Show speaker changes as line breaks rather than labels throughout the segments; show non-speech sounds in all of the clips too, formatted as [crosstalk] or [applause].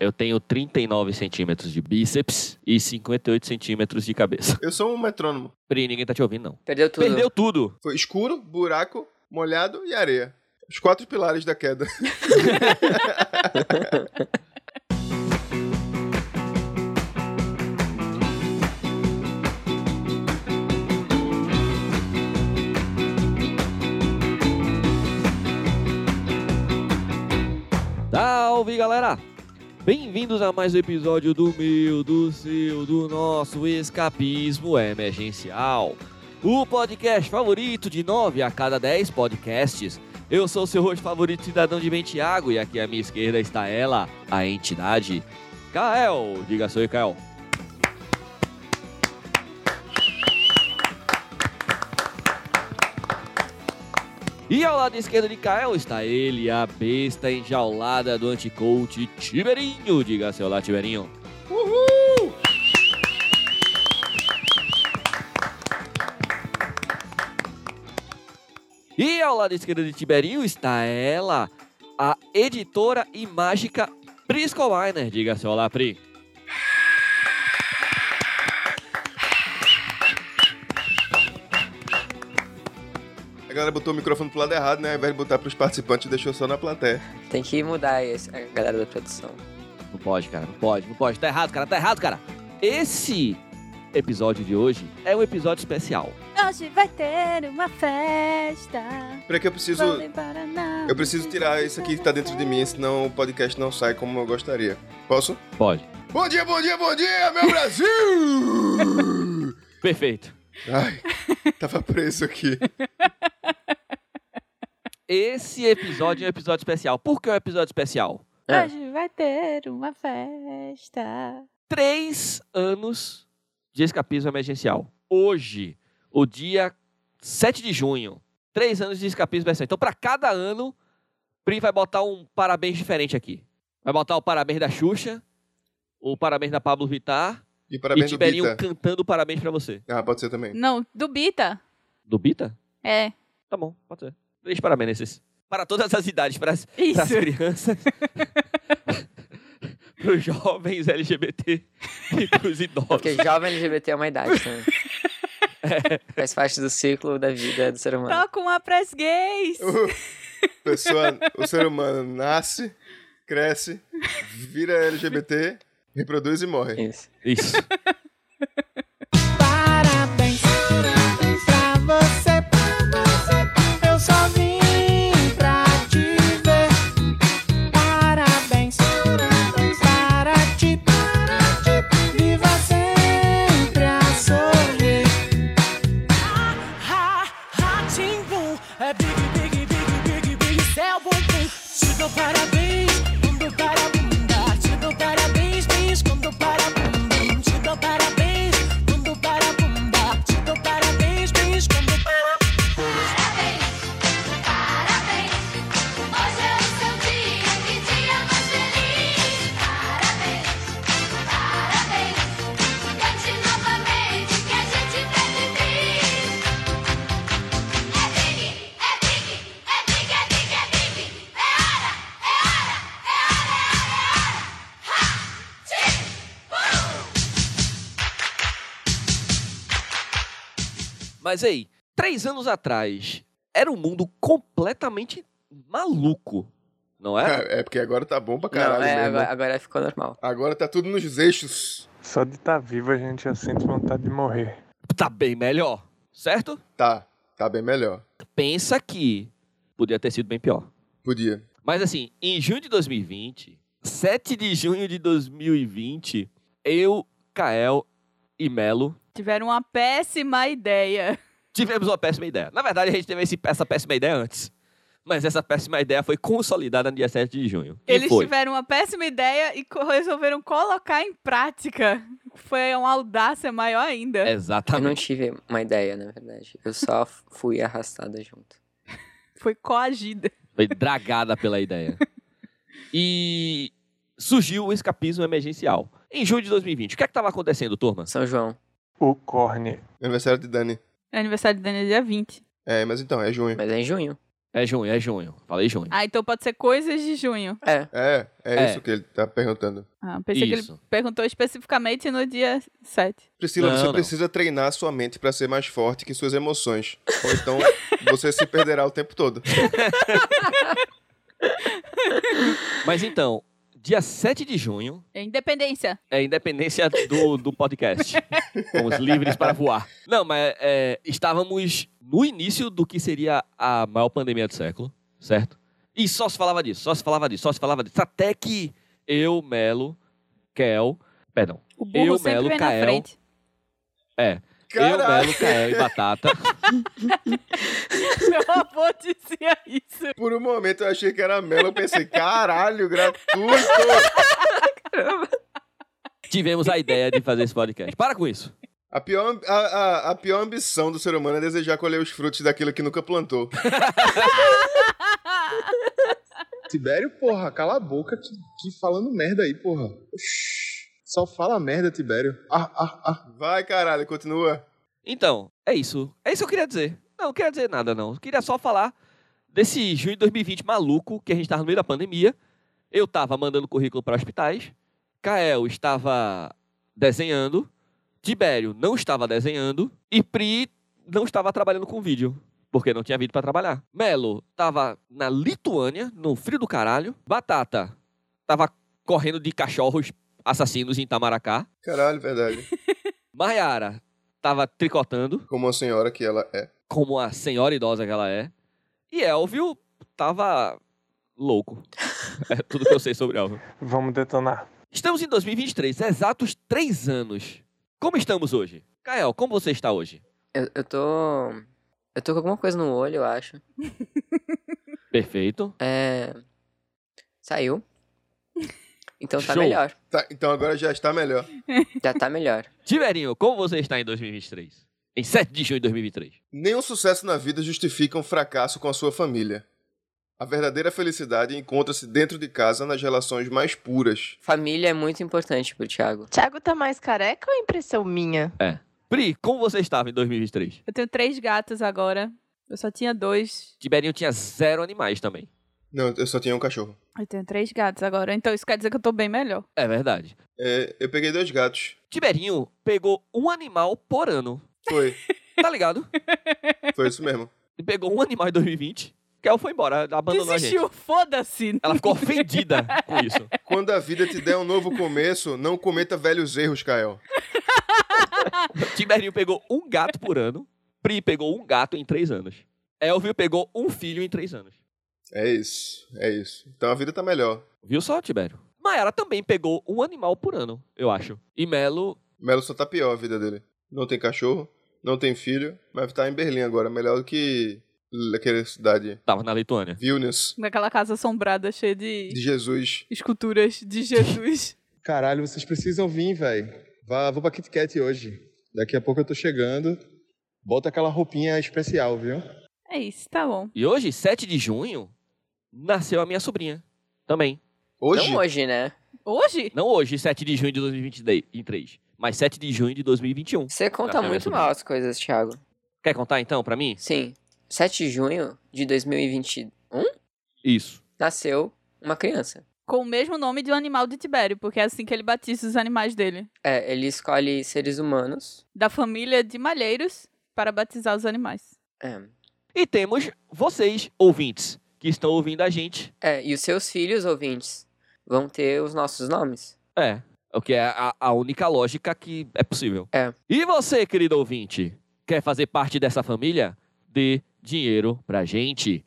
Eu tenho 39 centímetros de bíceps e 58 centímetros de cabeça. [laughs]
Eu sou um metrônomo.
Pri, ninguém tá te ouvindo, não.
Perdeu tudo.
Perdeu tudo.
Foi escuro, buraco, molhado e areia. Os quatro pilares da queda.
Salve, galera! Bem-vindos a mais um episódio do meu, do seu, do nosso Escapismo Emergencial. O podcast favorito de 9 a cada 10 podcasts. Eu sou o seu host favorito, cidadão de Bentiago, e aqui à minha esquerda está ela, a entidade, Kael. Diga seu Kael. E ao lado esquerdo de Kael está ele, a besta enjaulada do anticoach Tiberinho. Diga seu lá, Tiberinho.
Uhul!
E ao lado esquerdo de Tiberinho está ela, a editora e mágica Prisco Miner. Diga seu olá, Pri.
A galera botou o microfone pro lado errado, né? Ao invés de botar pros participantes, deixou só na plateia.
Tem que mudar esse, a galera da produção.
Não pode, cara, não pode, não pode. Tá errado, cara, tá errado, cara. Esse episódio de hoje é um episódio especial.
Hoje vai ter uma festa.
Peraí que eu preciso...
Vale Paraná.
Eu preciso tirar isso aqui que tá dentro de mim, senão o podcast não sai como eu gostaria. Posso?
Pode.
Bom dia, bom dia, bom dia, meu Brasil!
Perfeito.
Ai, tava preso aqui.
Esse episódio é um episódio especial. Por que é um episódio especial?
É.
Hoje vai ter uma festa.
Três anos de escapismo emergencial. Hoje, o dia 7 de junho. Três anos de escapismo emergencial. Então, para cada ano, Pri vai botar um parabéns diferente aqui. Vai botar o parabéns da Xuxa, o parabéns da Pablo Vittar
E parabéns
e
do
Tiberinho
Bita.
cantando parabéns para você.
Ah, pode ser também.
Não, do Bita.
Do Bita?
É,
Tá bom, pode ser. Três parabéns nesses. Para todas as idades, para as
isso.
para as crianças, [laughs] para os jovens [laughs] LGBT e para os
Porque
idosos.
jovem LGBT é uma idade
[laughs]
também. Faz parte do ciclo da vida do ser
Tá.
humano.
Toca uma pras gays.
Pessoa, o ser humano nasce, cresce, vira LGBT, reproduz e morre.
Isso.
Isso.
Parabéns pra você. Eu só vim pra te ver. Parabéns para ti. Viva sempre a sorrir. Ha, ha, tim, bum. É big, big, big, big, big, céu, bum, bum. Te dou parabéns, bum, dou para a bunda. Te dou parabéns, bis, bum, dou para a bunda. Te dou parabéns, bum, dou para a bunda. Te dou parabéns, bis, bum, dou para a
Parabéns, hoje é o seu dia, que dia mais feliz. Parabéns, parabéns, cante novamente que a gente tá feliz. É big, é big, é big, é big, é big, é hora, é hora, é hora, é hora, é hora. Ha, tchim, pum.
Mas aí, três anos atrás, era um mundo completamente maluco, não é?
É, é porque agora tá bom pra caralho
Não, é,
mesmo.
agora,
Agora...
agora ficou normal.
tá tudo nos eixos.
Só de estar vivo a gente já sente vontade de morrer.
Tá bem melhor, certo?
Tá, tá bem melhor.
Pensa que podia ter sido bem pior.
Podia.
Mas assim, em junho de 2020, 7 de junho de 2020, eu, Kael e Melo
Tiveram uma péssima ideia.
tivemos uma péssima ideia. Na verdade, a gente teve esse- essa péssima ideia antes. Mas essa péssima ideia foi consolidada no dia 7 de junho. E
Eles
foi.
tiveram uma péssima ideia e co- resolveram colocar em prática. Foi uma audácia maior ainda.
É.
Eu não
Exatamente.
tive uma ideia, na verdade. Eu só fui arrastada junto.
Foi coagida.
Foi dragada pela ideia. E surgiu o escapismo emergencial. Em junho de 2020. O que é que estava acontecendo, turma?
São João.
O Corne.
Aniversário de Dani.
Aniversário de Daniel dia 20.
É, mas então, é junho.
Mas é em junho.
É junho, é junho. Falei junho.
Ah, então pode ser coisas de junho.
É.
É, é,
É.
isso que ele tá perguntando.
Ah, pensei que
Isso.
ele perguntou especificamente no dia 7.
Priscila,
Não,
você
não.
precisa treinar sua mente pra ser mais forte que suas emoções. Ou então você se perderá o tempo todo.
Mas então, dia 7 de junho
Independência.
é a independência do, do podcast. Fomos livres para voar. Não, mas é, estávamos no início do que seria a maior pandemia do século, certo? E só se falava disso, só se falava disso, só se falava disso. Até que eu, Melo, Kel, perdão,
O burro
Eu,
sempre
Melo,
vem
Kael. [laughs]
na frente.
eu,
Caralho,
Melo, Kel e Batata.
Meu avô dizia isso.
por um momento eu achei que era Melo, eu pensei, caralho, gratuito!
Tivemos a ideia de fazer esse podcast. Para com isso.
A pior, amb- a, a- a pior ambição do ser humano é desejar colher os frutos daquilo que nunca plantou.
[laughs] Tibério, porra, cala a boca que, que falando merda aí, porra. Oxi, Só fala merda, Tibério. Ah, ah, ah.
Vai, caralho, continua.
Então, é isso. É isso que eu queria dizer. Não, não queria dizer nada, não. Eu queria só falar desse junho de 2020 maluco que a gente tava no meio da pandemia. Eu tava mandando currículo para hospitais. Kael estava desenhando. Tibério não estava desenhando. E Pri não estava trabalhando com vídeo. Porque não tinha vídeo para trabalhar. Melo tava na Lituânia, no frio do caralho. Batata tava correndo de cachorros assassinos em Itamaracá.
Caralho, verdade.
Maiara tava tricotando
Como a senhora que ela é.
como a senhora idosa que ela é. E Elvio tava louco. [laughs] É tudo que eu sei sobre Elvio.
Vamos detonar.
Estamos em 2023, exatos três anos. Como estamos hoje? Kael, como você está hoje?
Eu, eu tô. Eu tô com alguma coisa no olho, eu acho.
Perfeito.
É. Saiu. Então tá
Show.
melhor.
Tá, então agora já está melhor.
Já tá melhor.
Tiberinho, como você está em 2023? Em 7 de junho de 2023.
Nenhum sucesso na vida justifica um fracasso com a sua família. A verdadeira felicidade encontra-se dentro de casa nas relações mais puras.
Família é muito importante pro Thiago.
Thiago tá mais careca ou é impressão minha?
Pri, como você estava em 2023?
Eu tenho três gatos agora. Eu só tinha dois.
Tiberinho tinha zero animais também.
Não, eu só tinha um cachorro.
Eu tenho três gatos agora. Então isso quer dizer que eu tô bem melhor.
É verdade.
É, eu peguei dois gatos.
Tiberinho pegou um animal por ano.
Foi,
Tá [laughs] ligado?
foi isso mesmo.
Ele pegou um animal em 2020. Kel foi embora, abandonou a gente.
Desistiu, foda-se.
Ela ficou ofendida com isso.
Quando a vida te der um novo começo, não cometa velhos erros, Kael.
Tiberinho pegou um gato por ano. Pri pegou um gato em três anos. Elvio pegou um filho em três anos.
É isso, é isso. Então a vida tá melhor.
Viu só, Tibério? Maiara também pegou um animal por ano, eu acho. E Melo,
Melo só tá pior a vida dele. Não tem cachorro, não tem filho, mas tá em Berlim agora. Melhor do que aquela cidade.
tava na Lituânia.
Vilnius,
Naquela casa assombrada cheia
de
de
Jesus.
esculturas de
[laughs]
Jesus.
Caralho, vocês precisam vir, velho. Vou pra Kit Kat hoje. Daqui a pouco eu tô chegando. Bota aquela roupinha especial, viu?
É isso, tá bom.
E hoje, 7 de junho, nasceu a minha sobrinha. Também.
Hoje?
Não hoje, né?
Hoje?
Não hoje, 7 de junho de 2023, mas 7 de junho de 2021.
Você
Tá
conta
certo,
muito
né?
mal as coisas, Thiago.
Quer contar então pra mim?
Sim. 7 de junho de 2021
Isso.
nasceu uma criança.
Com o mesmo nome de um animal de Tibério, porque é assim que ele batiza os animais dele.
É, ele escolhe seres humanos.
Da família de Malheiros para batizar os animais.
É,
E temos vocês, ouvintes, que estão ouvindo a gente.
É, e os seus filhos ouvintes vão ter os nossos nomes.
É. O que é a, a única lógica que é possível.
É.
E você, querido ouvinte, quer fazer parte dessa família? Dê dinheiro pra gente.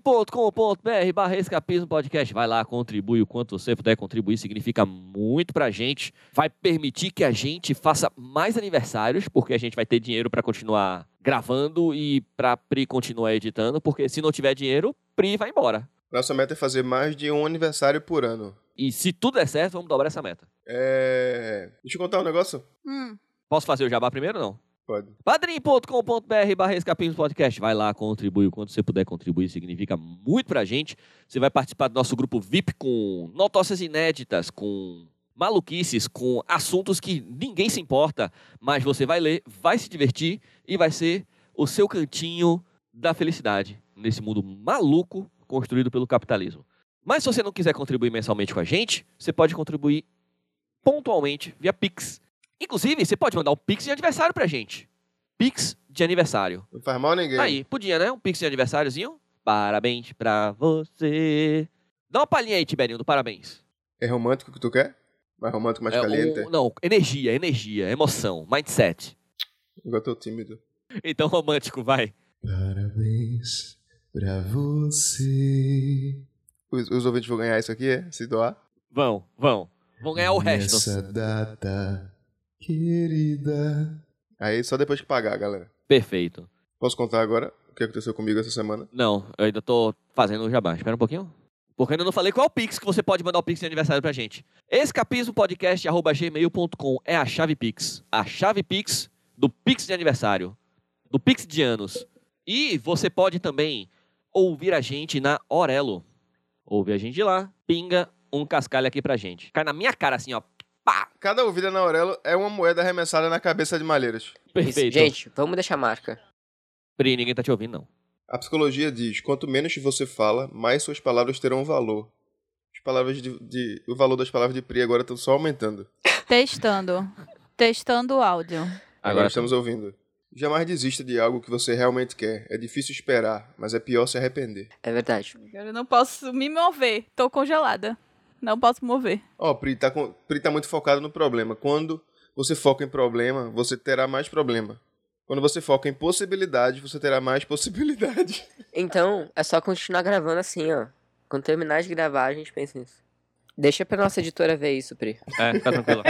padrim.com.br barra escapismo podcast. Vai lá, contribui o quanto você puder contribuir. Significa muito pra gente. Vai permitir que a gente faça mais aniversários, porque a gente vai ter dinheiro pra continuar gravando e pra Pri continuar editando. Porque se não tiver dinheiro, Pri vai embora.
Nossa meta é fazer mais de um aniversário por ano.
E se tudo der certo, vamos dobrar essa meta.
É. Deixa eu contar um negócio?
Hum.
Posso fazer o jabá primeiro ou não?
Pode.
padrim.com.br barra Escapismo podcast. Vai lá, contribui o quanto você puder contribuir, significa muito pra gente. Você vai participar do nosso grupo VIP com notócias inéditas, com maluquices, com assuntos que ninguém se importa, mas você vai ler, vai se divertir e vai ser o seu cantinho da felicidade nesse mundo maluco construído pelo capitalismo. Mas se você não quiser contribuir mensalmente com a gente, você pode contribuir pontualmente via Pix. Inclusive, você pode mandar um Pix de aniversário pra gente. Pix de aniversário.
Não faz mal a ninguém.
Aí, podia, né? Um Pix de aniversáriozinho. Parabéns pra você. Dá uma palhinha aí, Tiberinho, do parabéns.
É romântico que tu quer? Mais romântico, mais
É,
caliente?
um- não, energia, energia, emoção, mindset.
Agora eu tô tímido.
Então, romântico, vai.
Parabéns pra você. Os, os ouvintes vão ganhar isso aqui, é? Se doar?
Vão, vão. Vão ganhar o resto.
data querida. Aí só depois que pagar, galera.
Perfeito.
Posso contar agora o que aconteceu comigo essa semana?
Não, eu ainda tô fazendo o jabá. Espera um pouquinho. Porque eu ainda não falei qual Pix que você pode mandar o Pix de aniversário pra gente. Escapismopodcast.gmail.com é a chave Pix. A chave Pix do Pix de aniversário. Do Pix de anos. E você pode também ouvir a gente na Orelo. Ouve a gente lá. Pinga um cascalho aqui pra gente. Cai na minha cara assim, ó. Pá!
Cada ouvida na Aurelo é uma moeda arremessada na cabeça de Malheiros.
Perfeito.
Isso, gente, vamos deixar a marca.
Pri, ninguém tá te ouvindo, não.
A psicologia diz: quanto menos você fala, mais suas palavras terão valor. As palavras de, de- o valor das palavras de Pri agora estão só aumentando.
Testando. Testando o áudio.
Agora estamos ouvindo. Jamais desista de algo que você realmente quer. É difícil esperar, mas é pior se arrepender.
É verdade.
Eu não posso me mover. Tô congelada. Não posso mover. [laughs]
Ó, Pri, tá com- Pri tá muito focado no problema. Quando você foca em problema, você terá mais problema. Quando você foca em possibilidade, você terá mais [laughs] possibilidade.
Então, é só continuar gravando assim, ó. Quando terminar de gravar, a gente pensa nisso. Deixa pra nossa editora ver isso, Pri.
É, fica
[laughs]
tranquilo.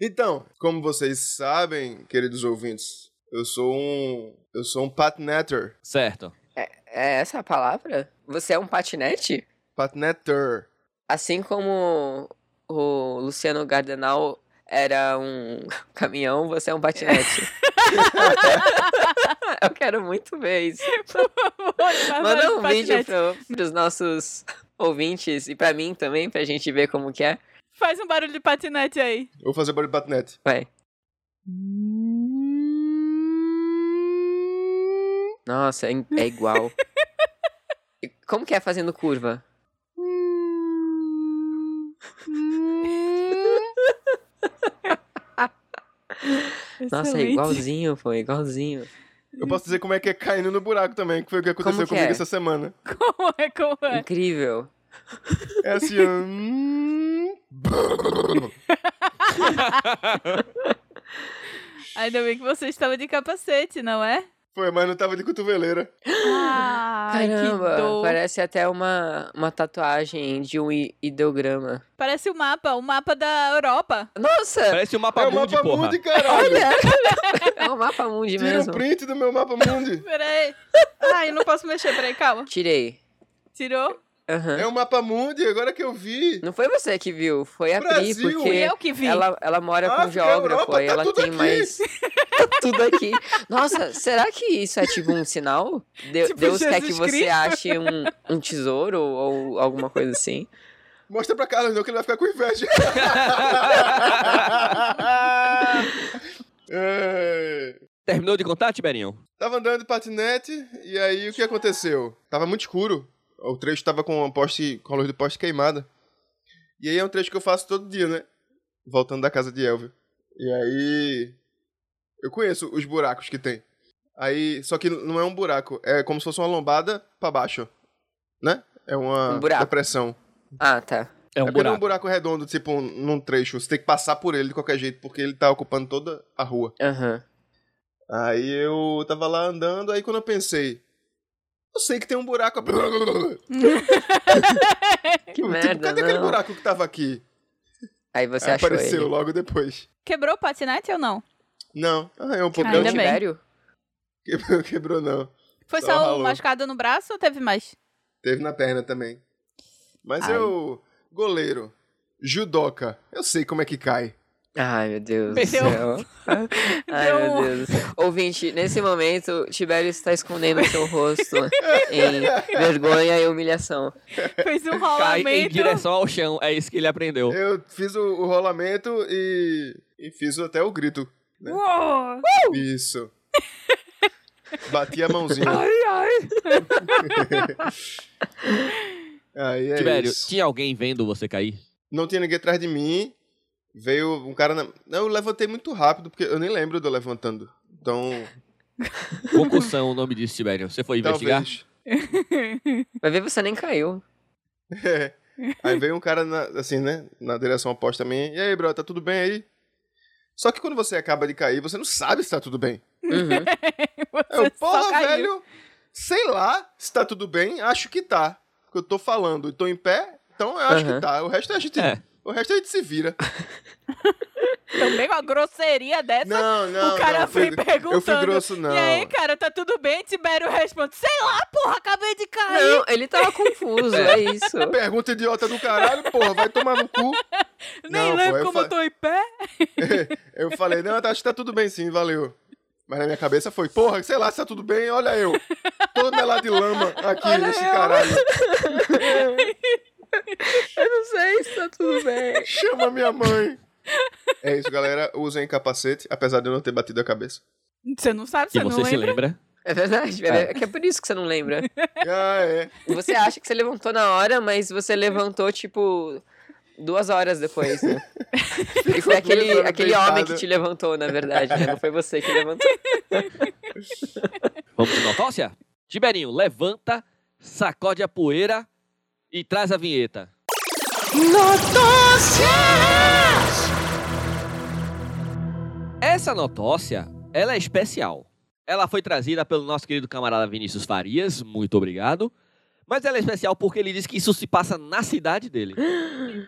Então, como vocês sabem, queridos ouvintes, eu sou um. Eu sou um patnetter.
certo.
É essa a palavra? Você é um patinete?
Patnetter.
Assim como o Luciano Gardenal era um [laughs] caminhão, você é um patinete. Eu quero muito ver isso. Manda um vídeo pro, pros nossos ouvintes e pra mim também, pra gente ver como que é.
Faz um barulho de patinete aí.
Eu vou fazer barulho de patinete.
Vai. Nossa, é, é igual. E como que é fazendo curva? Nossa, é
Excelente.
igualzinho, foi igualzinho.
Eu posso dizer como é que é caindo no buraco também, que foi o que aconteceu
Como que
comigo
é?
essa semana.
[laughs] Como é, como é?
Incrível.
É assim. ó, hum,
Ainda bem que você estava de capacete, não é?
foi, mas não tava de cotoveleira.
Ai,
Caramba,
Ah, que dor.
parece até uma, uma tatuagem de um i- ideograma.
Parece o mapa, o mapa da Europa.
Nossa,
Parece o
é
mapa
o
mundi,
mapa
porra.
mundi,
[laughs]
caralho.
é um mapa mundi
Tira
mesmo.
o print do meu mapa
[laughs]
mundi.
Peraí. Ai, eu não posso mexer, peraí, calma.
Tirei.
Tirou?
Aham.
É o mapa mundi, agora que eu vi.
Não foi você que viu, foi a Pri,
Brasil.
porque
Fui eu que vi.
ela, ela mora com um
África,
geógrafo,
Europa,
aí
tá
ela
tudo
tem
aqui.
mais. [laughs] tá tudo aqui. Nossa, será que isso é tipo um sinal? De-
Tipo
Deus quer
Jesus
que você
Cristo?
ache um, um tesouro ou alguma coisa assim?
Mostra pra Carlos não que ele vai ficar com
[laughs]
inveja. [laughs] É.
Terminou de contar, Tiberinho?
Tava andando de patinete e aí o que aconteceu? Tava muito escuro. O trecho tava com a poste, com a luz do poste queimada. E aí é um trecho que eu faço todo dia, né? Voltando da casa de Elvio. E aí eu conheço os buracos que tem. Aí, só que não é um buraco, é como se fosse uma lombada pra baixo, né? É uma
Um buraco.
depressão.
Ah, tá.
É
É
um
porque não
buraco.
é um buraco redondo, tipo, um- num trecho. Você tem que passar por ele de qualquer jeito, porque ele tá ocupando toda a rua.
Aham.
Aí eu tava lá andando, aí quando eu pensei, eu sei que tem um buraco.
Que
[laughs] tipo,
merda,
cadê aquele
não.
buraco que tava aqui?
Aí você
Aí
achou
apareceu
ele.
logo depois.
Quebrou o patinete ou não?
Não, ah, é um pouco.
Quebrou o
Ainda bem.
Tibério?
[laughs] Quebrou, quebrou, não.
Foi
Só
só,
ralou.
um machucado no braço ou teve mais?
Teve na perna também. Mas
Ai.
eu, goleiro, judoca, eu sei como é que cai.
Ai, meu Deus do
Deu-
céu. Ai,
Deu
meu
um-
Deus. do céu. [laughs] Ouvinte, nesse momento, Tibério está escondendo seu rosto em vergonha e humilhação.
Fez um
Cai em
rolamento.
direção ao chão. É isso que ele aprendeu.
Eu fiz o, o rolamento e, e fiz até o grito.
Uou!
Isso. Bati a mãozinha.
ai.
[laughs] Aí é
Tibério,
isso.
tinha alguém vendo você cair?
Não tinha ninguém atrás de mim. Veio um cara na... Eu levantei muito rápido, porque eu nem lembro de eu levantando. Então,
Concussão, o nome disso, Tibério. Você foi investigar?
talvez...
Vai ver, você nem caiu.
É. Aí veio um cara, na- assim, né? Na direção oposta a mim. E aí, bro, tá tudo bem aí? Só que quando você acaba de cair, você não sabe se tá tudo bem.
[laughs] Uhum.
É,
Você
Eu,
só
porra,
caiu.
velho, sei lá se tá tudo bem, acho que tá. Porque eu tô falando e tô em pé, então eu acho
Aham.
que tá. O resto a gente.
É.
O resto a gente se vira.
Também uma grosseria dessa.
Não, não.
É o cara
não,
foi
fui-
perguntando.
Eu fui grosso, não.
E aí, cara, tá tudo bem? Tibério responde: Sei lá, porra, acabei de cair.
Não, ele tava confuso, é isso.
Pergunta idiota do caralho, porra, vai tomar no cu.
[laughs] Nem
não,
lembro
pô, eu
como eu
fa-
tô em pé.
Eu falei, não, acho que tá tudo bem sim, valeu. Mas na minha cabeça foi, porra, sei lá se tá tudo bem, olha eu. Todo melado de lama aqui nesse caralho.
Eu não sei se tá tudo bem.
Chama minha mãe. É isso, galera. Usem capacete, apesar de eu não ter batido a cabeça.
Você não sabe,
Que
você não
você se
lembra.
lembra?
É verdade, velho. É que é por isso que você não lembra.
[laughs] Ah, é.
Você acha que você levantou na hora, mas você levantou, tipo, duas horas depois, né? E foi aquele,
horas
aquele homem
deitado.
que te levantou, na verdade, né? Não foi você que levantou.
Vamos de notócia? Tiberinho, levanta, sacode a poeira e traz a vinheta. Notócia! Essa notócia, ela é especial. Ela foi trazida pelo nosso querido camarada Vinícius Farias, muito obrigado. Mas ela é especial porque ele diz que isso se passa na cidade dele.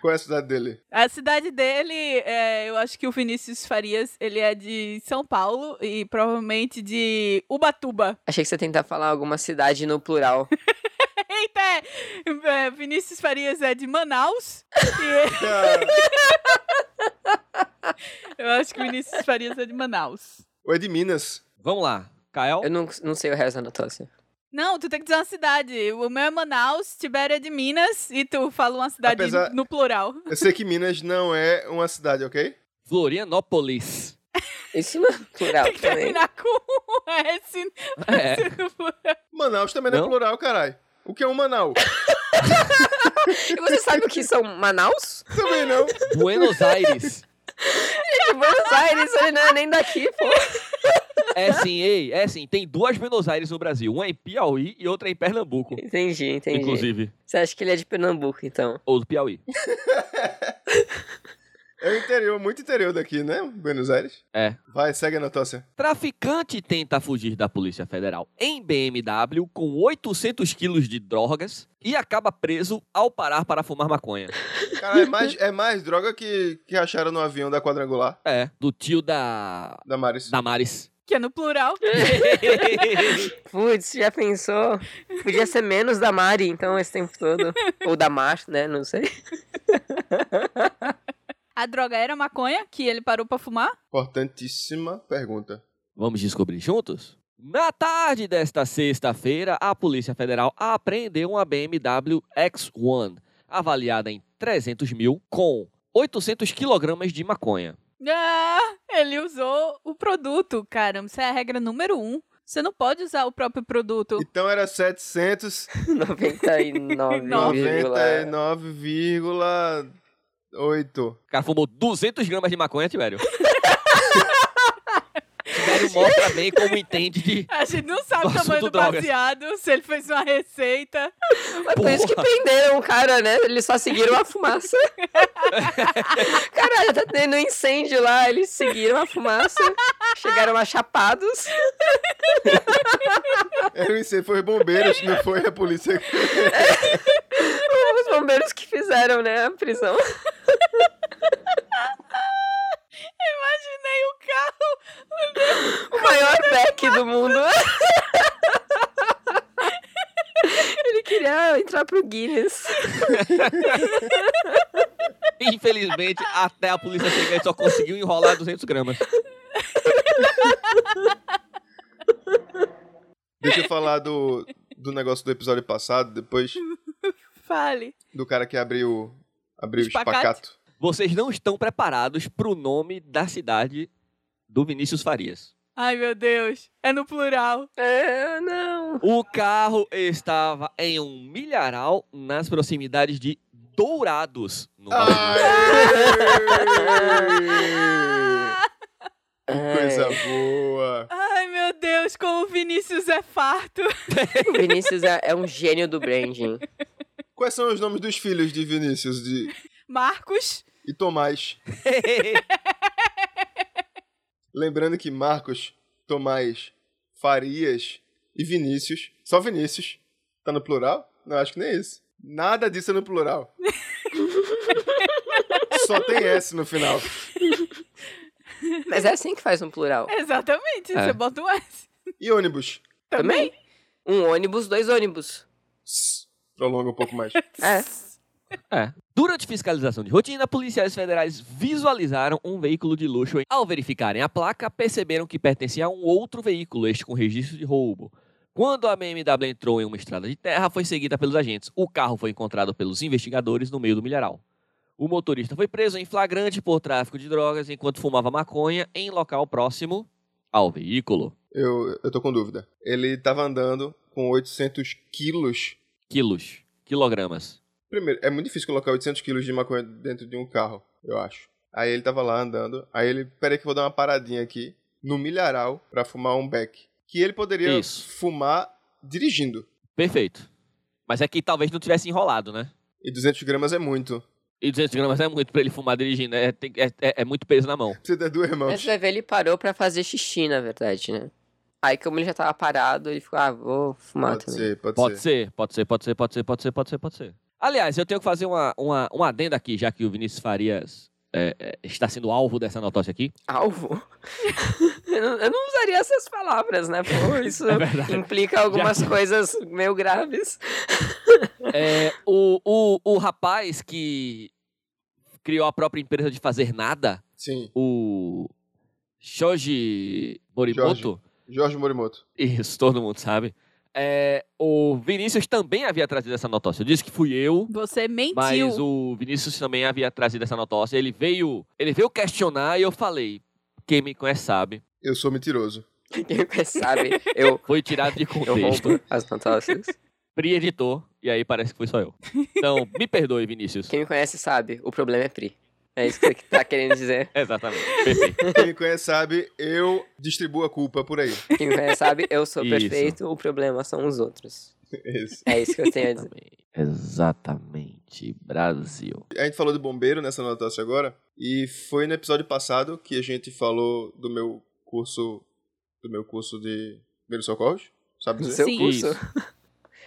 Qual é a cidade dele?
A cidade dele, é, eu acho que o Vinícius Farias, ele é de São Paulo e provavelmente de Ubatuba. [laughs]
Achei que você ia tentar falar alguma cidade no plural.
Eita! é, Vinícius Farias é de Manaus. E
Ah,
eu acho que o Vinícius Farias é de Manaus.
ou é de Minas?
Vamos lá, Kael.
Eu não, não sei o resto da notócia.
Não, tu tem que dizer uma cidade. O meu é Manaus, Tibério é de Minas e tu fala uma cidade
Apesar-
[laughs]
no plural.
Eu sei que Minas não é uma cidade, ok?
Florianópolis.
Isso não é plural
Tem que
também.
terminar com um [laughs] S.
[laughs] É.
no plural.
Manaus também não,
Não?
é plural, caralho. O que é
[laughs]
um Manaus?
E você sabe o que são Manaus?
também não.
Buenos Aires.
De Buenos Aires, ele não é nem daqui, pô.
É sim, ei, é sim. Tem duas Buenos Aires no Brasil. Uma em Piauí e outra em Pernambuco.
Entendi, entendi.
Inclusive.
Você acha que ele é de Pernambuco, então?
Ou do Piauí.
É o interior, muito interior daqui, né? Buenos Aires.
É.
Vai, segue a notócia.
Traficante tenta fugir da Polícia Federal em BMW com 800 quilos de drogas e acaba preso ao parar para fumar maconha.
Cara, é mais, é mais droga que, que acharam no avião da quadrangular,
É, do tio da.
da Maris.
Damares.
Que é no plural.
Putz, já pensou? Podia ser menos da Mari, então, esse tempo todo. Ou da Mar, né? Não sei. [laughs]
A droga era maconha que ele parou pra fumar?
Importantíssima pergunta.
Vamos descobrir juntos? Na tarde desta sexta-feira, a Polícia Federal apreendeu uma BMW X1, avaliada em 300 mil, com 800 quilogramas de maconha.
Ah, ele usou o produto. Caramba, isso é a regra número um. Você não pode usar o próprio produto.
Então era 799,8
99,9.
O cara fumou 200 gramas de maconha, Tibério. Tibério mostra bem como entende de...
A gente não sabe o
Nossa,
tamanho do
do droga.
baseado, se ele fez uma receita. [laughs]
Mas por isso que
Porra.
prenderam o cara, né? Eles só seguiram
[laughs]
a fumaça. Caralho, tá tendo um incêndio lá. Eles seguiram a fumaça. Chegaram achapados.
Eu não sei, foi os bombeiros, não foi a polícia.
Os bombeiros que fizeram, né? A prisão.
Imaginei o carro.
O maior beck do mundo. Ele queria entrar pro Guinness.
Infelizmente, até a polícia chegar, ele só conseguiu enrolar 200 gramas.
Deixa eu falar do, do negócio do episódio passado, depois
Fale.
do cara que abriu, abriu o
Espacate.
espacato.
Vocês não estão preparados pro nome da cidade do Vinícius Farias.
Ai, meu Deus. É no plural.
Ah, não.
O carro estava em um milharal nas proximidades de Dourados, no Mato
Aê!
Ai,
Coisa boa.
Ai, meu Deus, como o Vinícius é farto. [laughs]
O Vinícius é é um gênio do branding.
Quais são os nomes dos filhos de Vinícius de...
Marcos.
e Tomás?
Grosso.
Lembrando que Marcos, Tomás, Farias e Vinícius, só Vinícius, tá no plural? Não, acho que nem é isso. Nada disso é no plural. só tem S no final.
Mas é assim que faz um plural.
Exatamente,
É.
você bota um S.
E ônibus?
Também? Um ônibus, dois ônibus.
Sss, Prolonga um pouco mais.
É.
É. [laughs] Durante fiscalização de rotina, policiais federais visualizaram um veículo de luxo. Ao verificarem a placa, perceberam que pertencia a um outro veículo, este com registro de roubo. Quando a BMW entrou em uma estrada de terra, foi seguida pelos agentes. O carro foi encontrado pelos investigadores no meio do milharal. O motorista foi preso em flagrante por tráfico de drogas enquanto fumava maconha em local próximo ao veículo.
Eu, eu tô com dúvida. Ele tava andando com 800 quilos.
Quilos, quilogramas.
Primeiro, é muito difícil colocar 800 quilos de maconha dentro de um carro, eu acho. Aí ele tava lá andando. Aí ele, peraí que eu vou dar uma paradinha aqui no milharal pra fumar um beck. Que ele poderia
Isso.
fumar dirigindo.
Perfeito. Mas é que talvez não tivesse enrolado, né?
E 200 gramas é muito. [laughs]
E 200 gramas é muito pra ele fumar dirigindo. É, tem- é- é- é muito peso na mão.
Você tem duas
Mas
irmãos.
você vai ver, ele parou pra fazer xixi, na verdade, né? Aí, como ele já tava parado, ele ficou, ah, vou fumar
Pode
também.
ser, pode,
Pode
ser.
ser, pode ser, pode ser, pode ser, pode ser, pode ser, pode ser. Aliás, eu tenho que fazer uma, uma, um adendo aqui, já que o Vinícius Farias é, é, está sendo alvo dessa notócia
[laughs]
aqui.
Alvo? [laughs] eu, não, eu não usaria essas palavras, né?
[laughs]
Pô, isso
É verdade.
implica algumas coisas meio graves.
É, o, o, o rapaz que criou a própria empresa de fazer nada,
Sim.
o Shoji Morimoto,
Jorge Morimoto.
isso todo mundo sabe, é, o Vinícius também havia trazido essa notócia. Eu disse que fui eu,
Você mentiu.
Mas o Vinícius também havia trazido essa notócia. Ele veio, ele veio questionar e eu falei. Quem me conhece sabe.
Eu sou mentiroso.
Quem sabe,
[laughs]
eu,
Foi tirado de
[laughs] eu
contexto.
roubo as notócias.
Pri editou, e aí parece que foi só eu. Então, me perdoe,
[laughs]
Vinícius.
Quem me conhece sabe, o problema é Pri. É isso que tá querendo dizer.
Exatamente. Perfeito.
Quem me conhece sabe, eu distribuo a culpa por aí. [laughs]
Quem me conhece sabe, eu sou
Isso.
perfeito, o problema são os outros.
Isso.
É isso que eu tenho a dizer.
Exatamente. Exatamente. Brasil.
A gente falou de bombeiro nessa notícia agora. E foi no episódio passado que a gente falou do meu curso. Do meu curso de primeiros socorros. Sabe
Do
dizer?
seu
Sim.
curso.
Isso.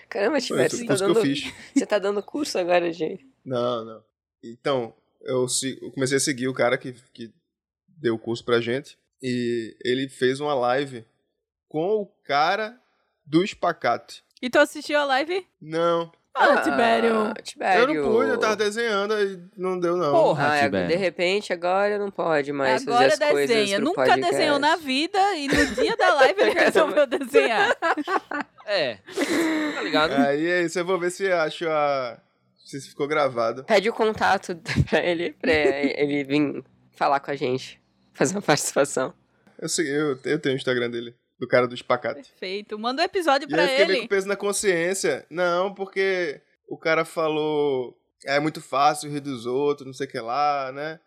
Caramba,
Foi
Tiver,
esse
você,
o
tá
curso que eu
dando...
fiz.
você tá dando curso agora, gente.
Não, não. Então, eu, se- eu comecei a seguir o cara que, que deu o curso pra gente. E ele fez uma live com o cara do espacate.
E tu assistiu a live?
Não,
Ah, Tibério.
Tibério.
eu não pude, eu tava desenhando e não deu, não.
Porra,
Ah, é,
Tibério.
de repente agora não pode mais fazer
Agora
as coisas
desenha.
pro
Nunca
podcast.
desenhou na vida e no dia da
[laughs]
live ele resolveu desenhar.
É. Tá ligado?
Aí é isso, eu vou ver se acho a. Se ficou gravado.
Pede o contato [laughs] pra ele, pra ele vir falar com a gente, fazer uma participação.
Eu, sei- eu, eu tenho o Instagram dele, do cara do espacate.
Perfeito. Manda o episódio
E
pra
aí eu fiquei meio com
ele.
peso na consciência. Não, porque o cara falou. É muito fácil rir dos outros, não sei o que lá, né?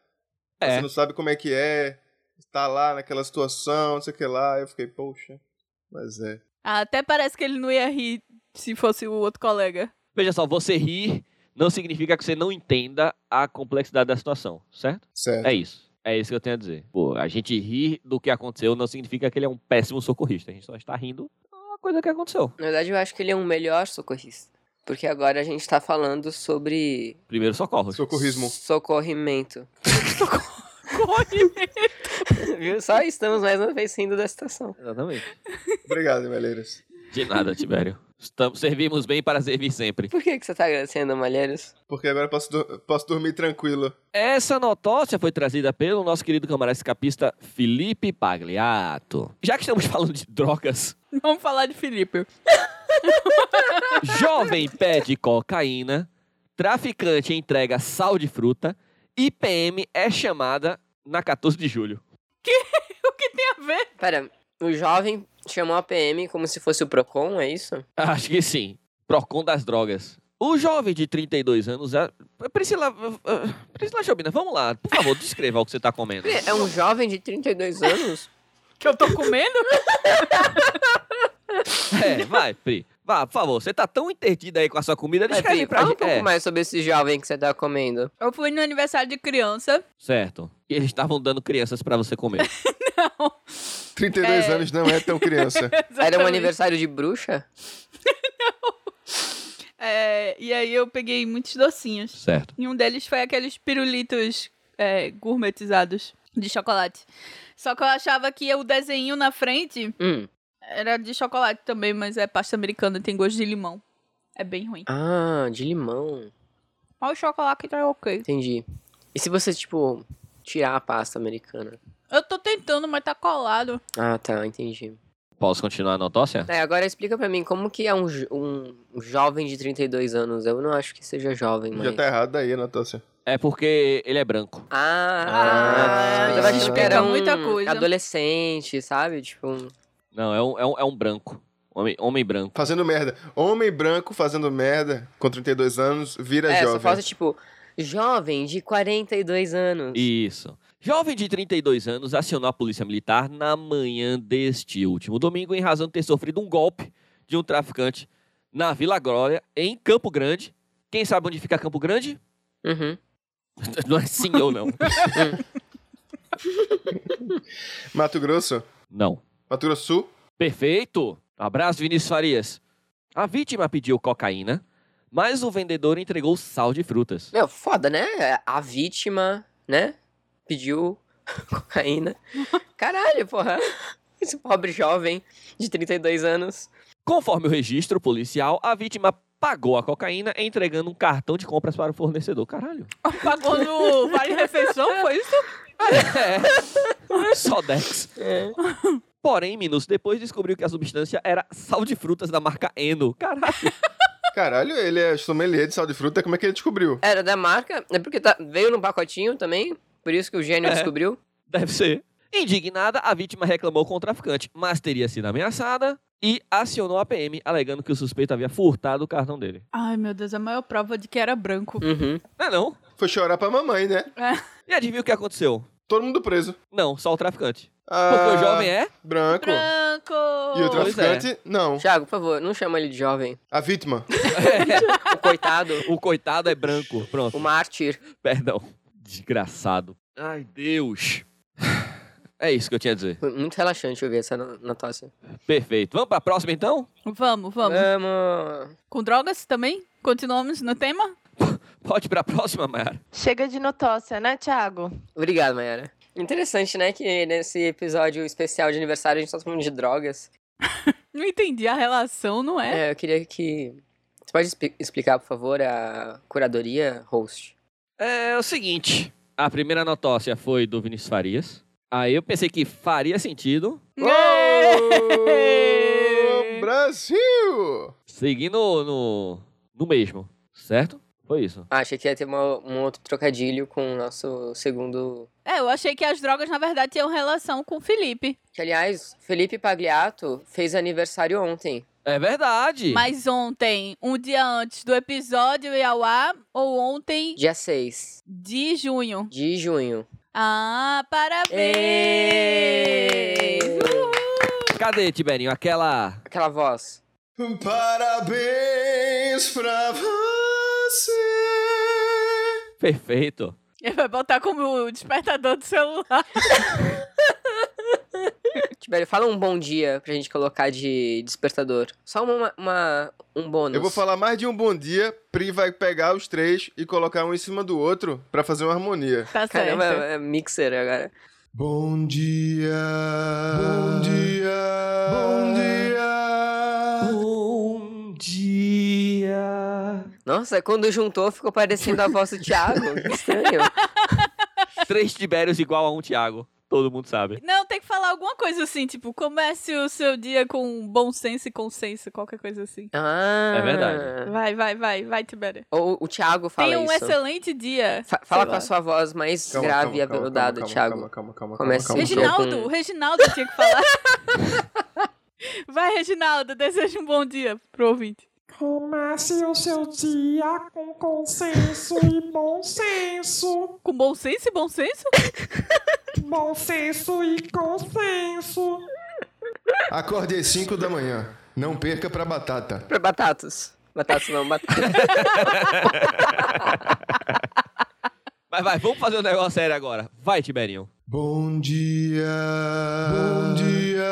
É.
Você não sabe como é que é. Tá lá naquela situação, não sei o que lá. Eu fiquei, poxa. Mas é.
Até parece que ele não ia rir se fosse o outro colega. [laughs]
Veja só, você rir não significa que você não entenda a complexidade da situação, certo?
Certo.
É isso. É isso que eu tenho a dizer. Pô, a gente rir do que aconteceu não significa que ele é um péssimo socorrista. A gente só está rindo de uma coisa que aconteceu.
Na verdade, eu acho que ele é um melhor socorrista. Porque agora a gente tá falando sobre
Primeiro socorro.
Socorrismo.
socorrimento. [laughs]
Corre.
Viu? Só estamos mais uma vez saindo da situação.
Exatamente.
Obrigado, Meleiros.
De nada, Tibério. Estamos, servimos bem para servir sempre.
Por que, que você tá agradecendo, Malheiros?
Porque agora eu posso, dor- posso dormir tranquilo.
Essa notócia foi trazida pelo nosso querido camarada escapista Felipe Pagliato. Já que estamos [laughs] falando de drogas,
Vamos falar de Felipe.
jovem pede cocaína, traficante entrega sal de fruta e PM é chamada na 14 de julho.
O que tem a ver?
Pera, O jovem chamou a PM como se fosse o Procon, é isso?
[laughs] Acho que sim. Procon das drogas. O jovem de 32 anos. ah, Priscila. ah, Priscila Jobina, vamos lá. Por favor, [laughs] descreva o que você tá comendo.
É um jovem de 32 anos?
Que eu tô comendo?
É, vai, Pri. Vá, por favor. Você tá tão entretida aí com a sua comida,
É,
descreve
Pri,
pra
fala um
gente.
pouco
É,
mais sobre esse jovem que você tá comendo.
Eu fui no aniversário de criança.
certo. E eles estavam dando crianças pra você
[laughs]
comer.
32
É.
anos não é tão
[laughs]
criança.
Era um
Exatamente.
aniversário de bruxa?
É, e aí eu peguei muitos docinhos.
Certo.
E um deles foi aqueles pirulitos é, gourmetizados de chocolate. Só que eu achava que o desenho na frente
Hum.
era de chocolate também, mas é pasta americana, tem gosto de limão. É bem ruim.
Ah, de limão.
Mas o chocolate tá ok.
Entendi. E se você, tipo, tirar a pasta americana?
Eu tô tentando, mas tá colado. [laughs]
Ah, tá, entendi.
Posso continuar a notócia?
É, agora explica pra mim como que é um, jo- um jovem de 32 anos. Eu não acho que seja jovem, mas...
Já tá errado daí, Natácia.
É porque ele é branco.
Ah,
Ah,
eu tava achando que era
explica
um
muita coisa.
adolescente, sabe? Tipo, um-
Não, é um, é um, é um branco. Homem, homem branco.
Fazendo merda. Homem branco fazendo merda com 32 anos vira
é, só
jovem.
falta tipo, jovem de 42 anos.
Isso. Jovem de 32 anos acionou a polícia militar na manhã deste último domingo em razão de ter sofrido um golpe de um traficante na Vila Glória, em Campo Grande. Quem sabe onde fica Campo Grande? [laughs]
Uhum.
Não é sim ou não?
Mato Grosso?
Não.
Mato Grosso Sul?
Perfeito. Abraço, Vinícius Farias. A vítima pediu cocaína, mas o vendedor entregou sal de frutas.
Meu, foda, né? A vítima, né? Pediu [laughs] cocaína. Caralho, porra. Esse pobre jovem de 32 anos.
Conforme o registro policial, a vítima pagou a cocaína entregando um cartão de compras para o fornecedor. Caralho.
Pagou no Vale Refeição, foi isso?
É. Só Dex.
É.
Porém, minutos depois, descobriu que a substância era sal de frutas da marca Eno. Caralho.
Caralho, ele é sommelier de sal de fruta, como é que ele descobriu?
Era da marca, é porque tá- veio num pacotinho também. Por isso que o gênio
É.
descobriu.
[laughs] Deve ser. Indignada, a vítima reclamou com o traficante, mas teria sido ameaçada e acionou a PM, alegando que o suspeito havia furtado o cartão dele.
Ai, meu Deus, a maior prova de que era branco.
Uhum.
Não é não?
Foi chorar pra mamãe, né?
E adivinha o que aconteceu?
Todo mundo preso.
Não, só o traficante.
Ah,
Porque o jovem é...
Branco.
Branco!
E o
Pois é.
traficante, não.
Thiago, por favor, não chama ele de jovem.
A vítima.
[laughs] O coitado, Um
O coitado é branco. Pronto.
o mártir.
Perdão. Desgraçado. Ai, Deus. É isso que eu tinha a dizer.
Foi muito relaxante ouvir essa no- notócia.
Perfeito. Vamos pra próxima, então?
Vamos, vamos.
É. Vamos.
Com drogas também? Continuamos no tema?
Pode ir pra próxima, Mayara.
Chega de notócia, né, Thiago?
Obrigado, Mayara. Interessante, né, que nesse episódio especial de aniversário a gente tá falando de drogas.
Não entendi a relação, não é?
É, eu queria que... Você pode expli- explicar, por favor, a curadoria host?
É o seguinte. A primeira notócia foi do Vinícius Farias. Aí eu pensei que faria sentido.
Né?
É. Ô, Brasil!
Seguindo no, no mesmo, certo? Foi isso.
Ah, achei que ia ter uma- um outro trocadilho com o nosso segundo...
É, eu achei que as drogas, na verdade, tinham relação com o Felipe.
Que, aliás, Felipe Pagliato fez aniversário ontem.
É verdade.
Mas ontem, um dia antes do episódio ir ao ar, ou ontem
Dia 6
de junho.
de junho.
Ah,
Ê!
parabéns! Uhul!
Cadê, Tiberinho? Aquela...
Aquela voz...
Parabéns pra você!
Perfeito.
[laughs] Ele vai botar como o despertador do celular.
Tibério, fala um bom dia pra gente colocar de despertador. Só uma, uma- um bônus.
Eu vou falar mais de um bom dia, Pri vai pegar os três e colocar um em cima do outro pra fazer uma harmonia.
Tá
Caramba,
certo.
é mixer agora.
Bom dia! Bom dia!
Bom
Bom dia!
dia.
Nossa, quando juntou
[laughs]
ficou parecendo a voz do Thiago. Que estranho.
Três Tibérios igual a um Tiago. Todo mundo sabe.
Não, tem que falar alguma coisa assim, tipo, comece o seu dia com bom senso e consenso, qualquer coisa assim.
Ah.
É verdade.
Vai, vai, vai, vai, Tibério.
Ou o Thiago fala
Tenha um
isso.
excelente dia.
Fa- fala
Sei
com
lá.
a sua voz mais
Calma,
grave e
calma, calma,
aveludada,
calma,
Thiago.
Calma, calma, calma.
Comece
calma, calma,
Reginaldo.
Reginaldo, o Reginaldo tinha que falar. [laughs] Vai, Reginaldo, deseja um bom dia pro ouvinte.
Comece o seu dia com consenso e bom senso.
Com bom senso e bom senso?
Bom senso e consenso.
Acorde às 5 da manhã. Não perca pra batata.
Pra batatas. Batatas não, [laughs] batatas.
Mas vai, vamos fazer um negócio sério agora. Vai, Tiberinho.
Bom dia. Bom dia.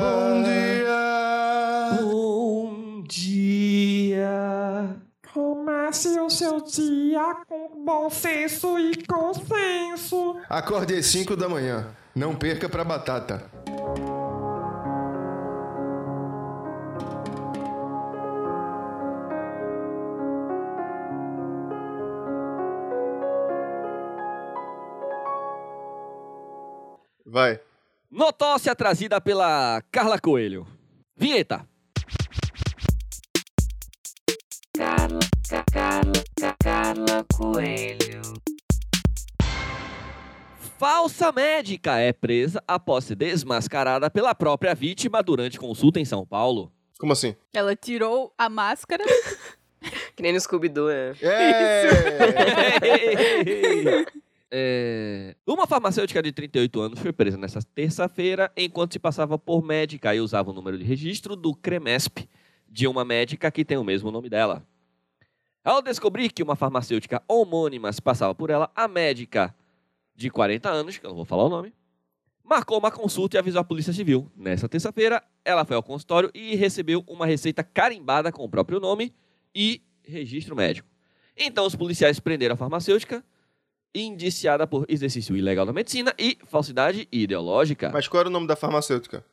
Bom dia.
Bom dia.
Comece o seu dia com bom senso e consenso.
Acorde às 5 da manhã. Não perca pra batata. Vai.
Notócia trazida pela Carla Coelho. Vinheta. Falsa médica é presa após ser desmascarada pela própria vítima durante consulta em São Paulo. [laughs]
Como assim?
Ela tirou a máscara.
que nem no Scooby-Doo, né?
É!
É, Uma farmacêutica de 38 anos foi presa nesta terça-feira enquanto se passava por médica e usava o número de registro do CREMESP de uma médica que tem o mesmo nome dela. Ao descobrir que uma farmacêutica homônima se passava por ela, a médica de 40 anos, que eu não vou falar o nome, marcou uma consulta e avisou a Polícia Civil. Nessa terça-feira, ela foi ao consultório e recebeu uma receita carimbada com o próprio nome e registro médico. Então, os policiais prenderam a farmacêutica, indiciada por exercício ilegal da medicina e falsidade ideológica.
Mas qual era o nome da farmacêutica?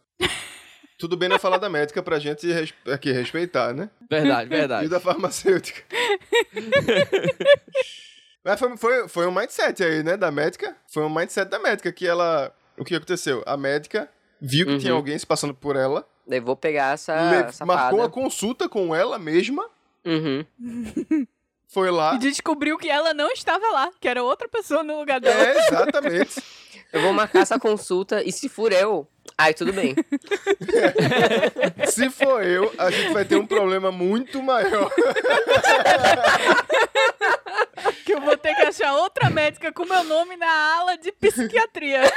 Tudo bem não falar da médica pra gente res- aqui respeitar, né?
Verdade, verdade.
[laughs] E da farmacêutica. Mas foi, foi, foi um mindset aí, né? Da médica. Foi um mindset da médica que ela. O que aconteceu? A médica viu que
Uhum.
tinha alguém se passando por ela,
Daí vou pegar essa
le-
safada.
marcou uma consulta com ela mesma,
Uhum.
foi lá.
E descobriu que ela não estava lá, que era outra pessoa no lugar dela.
É, exatamente.
Eu vou marcar essa consulta e se for eu, aí tudo bem.
Se for eu, a gente vai ter um problema muito maior.
Que eu vou ter que achar outra médica com meu nome na ala de psiquiatria.
[laughs]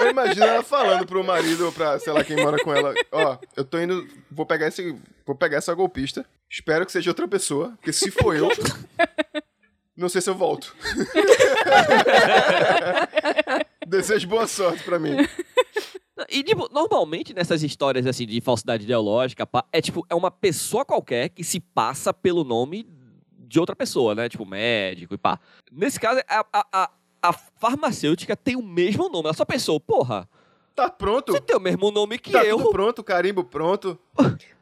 Eu imagino ela falando pro marido ou pra, sei lá, quem mora com ela, ó, eu tô indo, vou pegar esse, vou pegar essa golpista. Espero que seja outra pessoa, porque se for eu, não sei se eu volto. [laughs] Desejo boa sorte pra mim.
E, tipo, normalmente nessas histórias, assim, de falsidade ideológica, pá, é tipo, é uma pessoa qualquer que se passa pelo nome de outra pessoa, né? Tipo, médico e pá. Nesse caso, a, a, a, a farmacêutica tem o mesmo nome. Ela só pensou, porra,
Tá pronto?
você tem o mesmo nome que
tá
eu.
tudo pronto, carimbo pronto.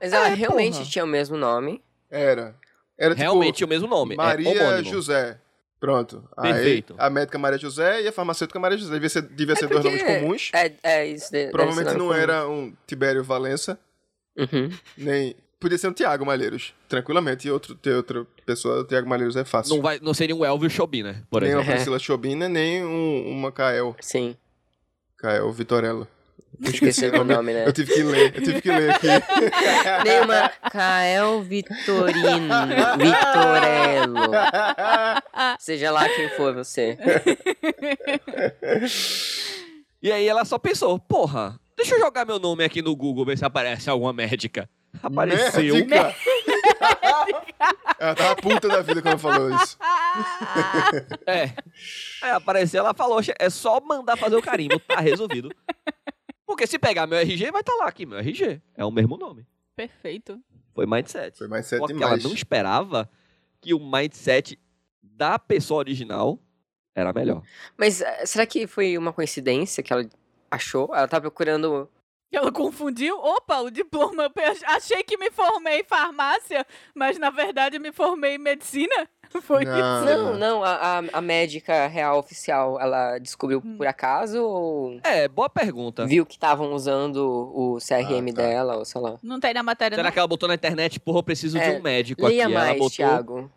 Mas ela
É,
realmente
porra.
tinha o mesmo nome.
Era. Era tipo
Realmente o mesmo nome. é
Maria
homônimo.
José. Pronto. Aí,
Perfeito. É
a médica Maria José e a farmacêutica Maria José. Devia ser, devia ser dois
porque-
nomes comuns.
É, é isso. de- deve ser
Provavelmente
nome
não
comum.
era um Tibério Valença.
Uhum.
Nem. Podia ser um Thiago Malheiros, tranquilamente. E outro, ter outra pessoa, o Thiago Malheiros é fácil.
Não, vai, não seria um Elvio Chobin, né? Por
nem
exemplo.
uma
exemplo.
Priscila Chobina, nem um, uma Kael.
Sim.
Kael Vitorello.
Esqueci o nome, né?
[laughs] Eu tive que ler, eu tive que ler
[laughs]
aqui.
Neymar Kael [laughs] Vitorino. Vitorello. Seja lá quem for você.
E aí ela só pensou, porra, deixa eu jogar meu nome aqui no Google, ver se aparece alguma médica. Apareceu.
[laughs] Médica. Ela tava puta da vida quando falou isso.
Ah,
É. Aí apareceu, ela falou, "Che- é só mandar fazer o carimbo, tá resolvido. Porque se pegar meu RG, vai estar lá aqui, meu RG. É o mesmo nome.
Perfeito.
Foi mindset.
Foi mais
Só
sete
que ela
demais.
não esperava que o mindset da pessoa original era melhor.
Mas eh, será que foi uma coincidência que ela achou? Ela tá procurando.
Ela confundiu. Opa, o diploma. Eu pe- Achei que me formei em farmácia, mas na verdade me formei em medicina. [laughs] Foi
Não,
Não, não, a, a, a médica real oficial, ela descobriu
Hum.
por acaso ou
É, boa pergunta.
viu que estavam usando o CRM
Ah, tá.
dela, ou sei lá.
Não tem na matéria,
Será
não.
que ela botou na internet, porra, eu preciso
É,
de um médico
Leia
aqui? ela
mais,
botou,
Thiago.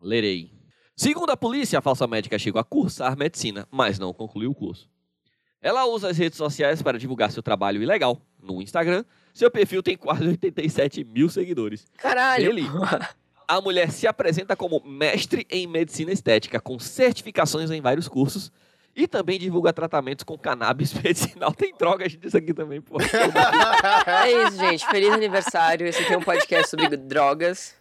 lerei. Segundo a polícia, a falsa médica chegou a cursar medicina, mas não concluiu o curso. Ela usa as redes sociais para divulgar seu trabalho ilegal. No Instagram, seu perfil tem quase 87 mil seguidores.
Caralho!
Ele.
[laughs]
A mulher se apresenta como mestre em medicina estética, com certificações em vários cursos. E também divulga tratamentos com cannabis [laughs] medicinal. Tem drogas disso aqui também, pô.
[laughs]
É isso, gente. Feliz aniversário. Esse aqui é um
[laughs]
podcast sobre drogas.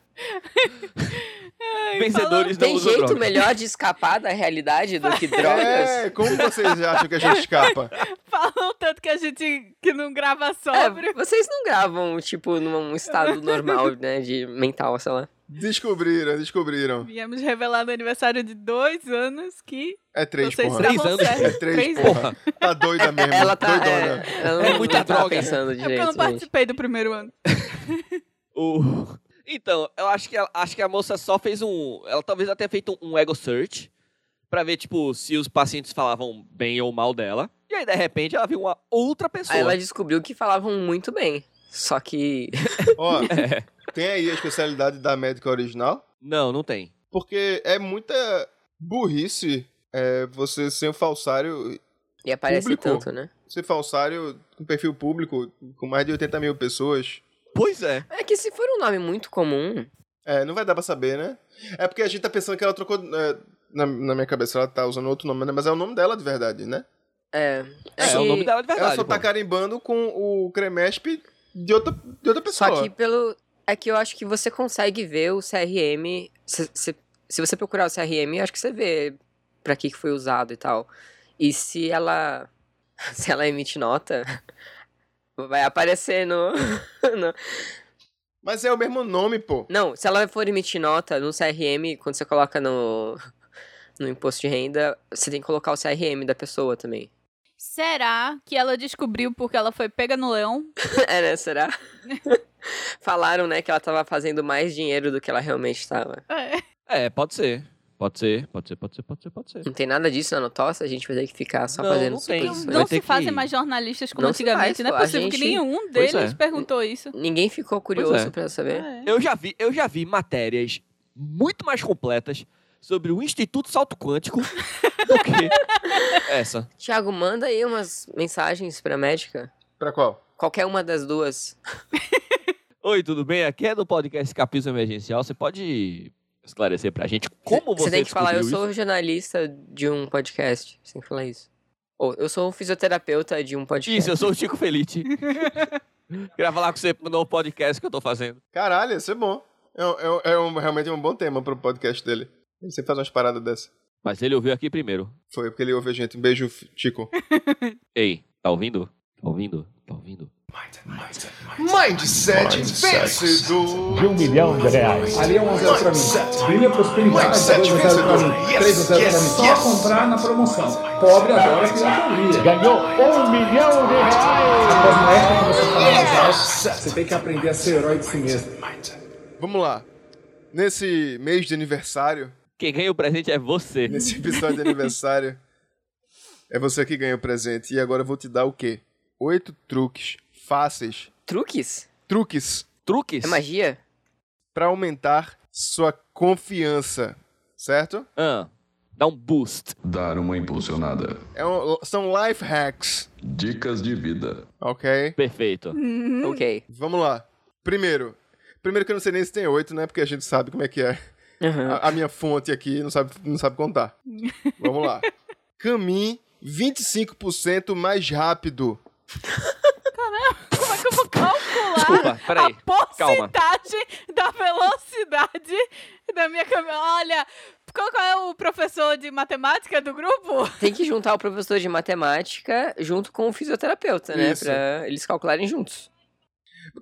Ai,
Vencedores não
Tem
usam
jeito
drogas.
melhor de escapar da realidade do
[laughs]
que drogas?
É, como vocês acham que a gente escapa?
Falam, [laughs] falam tanto que a gente que não grava sóbrio.
É, vocês não gravam, tipo, num
[laughs]
estado normal, né? De mental, sei lá.
Descobriram, descobriram.
Viemos revelar no aniversário de dois anos que
É três,
vocês
porra.
Três
estavam
anos,
É
certos.
três,
Três
né?
anos.
porra. Tá doida mesmo.
Ela tá.
Doidona.
É, ela
É
não-
muita
não tá
droga.
pensando
É porque eu
direito,
não
gente.
participei do primeiro ano.
O- [laughs] Então, eu acho que, ela- acho que a moça só fez um. Ela talvez até feito um ego search pra ver, tipo, se os pacientes falavam bem ou mal dela. E aí, de repente, ela viu uma outra pessoa.
Aí ela descobriu que falavam muito bem. Só que. [laughs]
Ó,
[laughs] É.
tem aí a especialidade da médica original,
Não, não tem.
porque é muita burrice é, você ser um falsário,
E aparece
Público.
tanto, né?
ser falsário com perfil público, com mais de 80 mil pessoas.
Pois é.
É que se for um nome muito comum.
É, não vai dar pra saber, né? É porque a gente tá pensando que ela trocou... é, na, na minha cabeça ela tá usando outro nome, né? Mas é o nome dela de verdade, né?
É.
É, é o
que-
nome dela de
ela
verdade.
só tá
pô.
carimbando com o Cremesp de outra, de outra pessoa.
Só que pelo. É que eu acho que você consegue ver o CRM. Se, se, se você procurar o CRM, eu acho que você vê pra que que foi usado e tal. E se ela. [laughs] Se ela emite nota, [laughs] vai aparecer no. [laughs] no-
Mas é o mesmo nome, pô.
não, se ela for emitir nota no CRM, quando você coloca no. [laughs] No imposto de renda, você tem que colocar o CRM da pessoa também. [laughs]
Será que ela descobriu porque ela foi pega no leão?
É, né?
[laughs]
Será? Falaram, né, que ela tava fazendo mais dinheiro do que ela realmente tava.
É.
É, pode ser. Pode ser, pode ser, pode ser, pode ser, pode ser.
Não tem nada disso na notócia, a gente vai ter que ficar só
Não,
fazendo né?
não tem.
Não,
suposições.
É Vai
não
ter
se fazem
que-
mais jornalistas como
Não se
antigamente.
faz,
não é
pô. A
possível que
gente-
nenhum
Pois
deles
é.
perguntou isso.
Ninguém ficou curioso
é.
pra saber.
Eu já vi, eu já vi matérias muito mais completas sobre o Instituto Salto Quântico do que
[laughs]
essa.
Tiago, manda aí umas mensagens pra médica.
Pra qual?
Qualquer uma das duas.
Oi, tudo bem? Aqui é do podcast Escapismo Emergencial. Você pode esclarecer pra gente como você,
você tem que falar, eu
descobriu
sou jornalista de um podcast. Você tem que falar isso. Ou eu sou um fisioterapeuta de um
isso?
podcast.
Isso, eu sou o Chico
[laughs]
Felite. Queria falar com você no novo podcast que eu tô fazendo.
Caralho, isso é bom. É, um- é um- é um- realmente um bom tema pro podcast dele. Ele sempre faz umas paradas dessa.
Mas ele ouviu aqui primeiro.
Foi porque ele ouve a gente. Um beijo, Chico.
Ei, tá ouvindo? Tá ouvindo? Tá ouvindo?
Mindset, vencedor.
de um milhão de reais.
Ali é um a zero pra mim. Primeira prosperidade,
Mindset
2 a 0 pra mim, 3 a 0 pra mim. Só comprar na promoção. Pobre agora que não sabia.
Ganhou um milhão de reais.
Mas não é quando você fala mais alto, você tem que aprender a ser herói de si mesmo.
Vamos lá. Nesse mês de aniversário,
Quem ganha o presente é você.
nesse episódio de aniversário, é você que ganha o presente. E agora eu vou te dar o quê? Oito truques fáceis,
Truques?
truques
Truques?
É magia?
pra aumentar sua confiança, certo?
Ah, dá um boost.
Dar uma impulsionada.
É um- são life hacks,
Dicas de vida.
ok?
Perfeito.
Hum. Ok.
Vamos lá. Primeiro. Primeiro que eu não sei nem se tem oito, né? Porque a gente sabe como é que é.
Aham.
A, a minha fonte aqui não sabe, não sabe
[laughs]
contar. Vamos lá. Caminhe 25% mais rápido.
Como é que eu vou calcular
Desculpa, peraí.
a porcentagem da velocidade da minha câmera? Olha, qual qual é o professor de matemática do grupo?
Tem que juntar o professor de matemática junto com o fisioterapeuta, né?
Isso.
Pra eles calcularem juntos.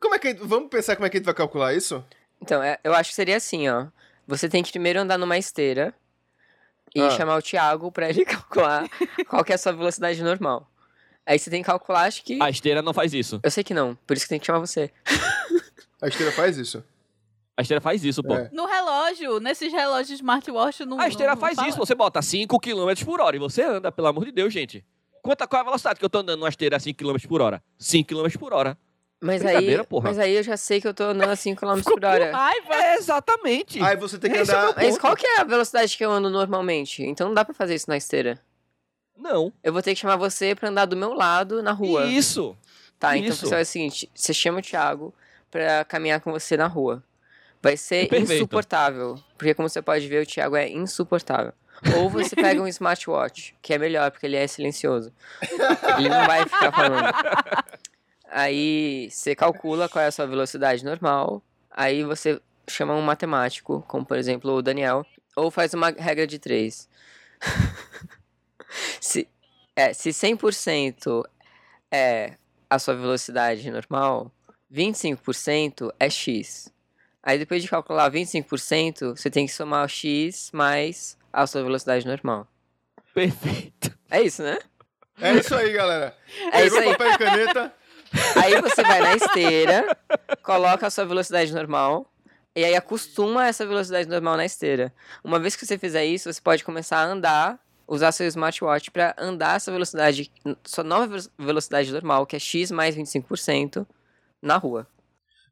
Como é que. Vamos pensar como é que a gente vai calcular isso?
Então, é- eu acho que seria assim, ó. Você tem que primeiro andar numa esteira e
Ah.
chamar o Thiago pra ele [laughs] calcular qual que é a sua velocidade normal. Aí você tem que calcular, acho que.
A esteira não faz isso.
Eu sei que não, por isso que tem que chamar você.
A esteira faz isso.
A esteira faz isso, pô.
No relógio, nesses relógios smartwatch não.
A esteira
não- não
faz
fala.
isso, você bota 5 km por hora e você anda, pelo amor de Deus, gente. Quanta, qual é a velocidade que eu tô andando numa esteira a 5 km por hora? 5 km por hora.
Mas
Brincadeira,
aí,
porra.
mas aí eu já sei que eu tô andando a 5km por hora.
Raiva.
É, exatamente.
Aí você tem que
Esse é o
andar.
meu
Mas
ponto.
qual que é a velocidade que eu ando normalmente? Então não dá pra fazer isso na esteira.
Não.
Eu vou ter que chamar você pra andar do meu lado na rua.
Isso.
Tá, então
Isso.
pessoal, é o seguinte: você chama o Thiago pra caminhar com você na rua. Vai ser
Perfeito.
insuportável. Porque, como você pode ver, o Thiago é insuportável. Ou você pega um smartwatch, que é melhor, porque ele é silencioso. Ele não vai ficar falando. Aí você calcula qual é a sua velocidade normal. Aí você chama um matemático, como por exemplo o Daniel, ou faz uma regra de três. [laughs] se, é, se 100% é a sua velocidade normal, 25% é x. Aí depois de calcular 25%, você tem que somar o x mais a sua velocidade normal.
Perfeito.
É isso, né?
É isso aí, galera.
É isso
Pegou
aí.
papel e caneta.
Aí você vai na esteira, coloca a sua velocidade normal. E aí acostuma essa velocidade normal na esteira. Uma vez que você fizer isso, você pode começar a andar, usar seu smartwatch para andar essa velocidade, sua nova velo- velocidade normal, que é x mais 25%, na rua.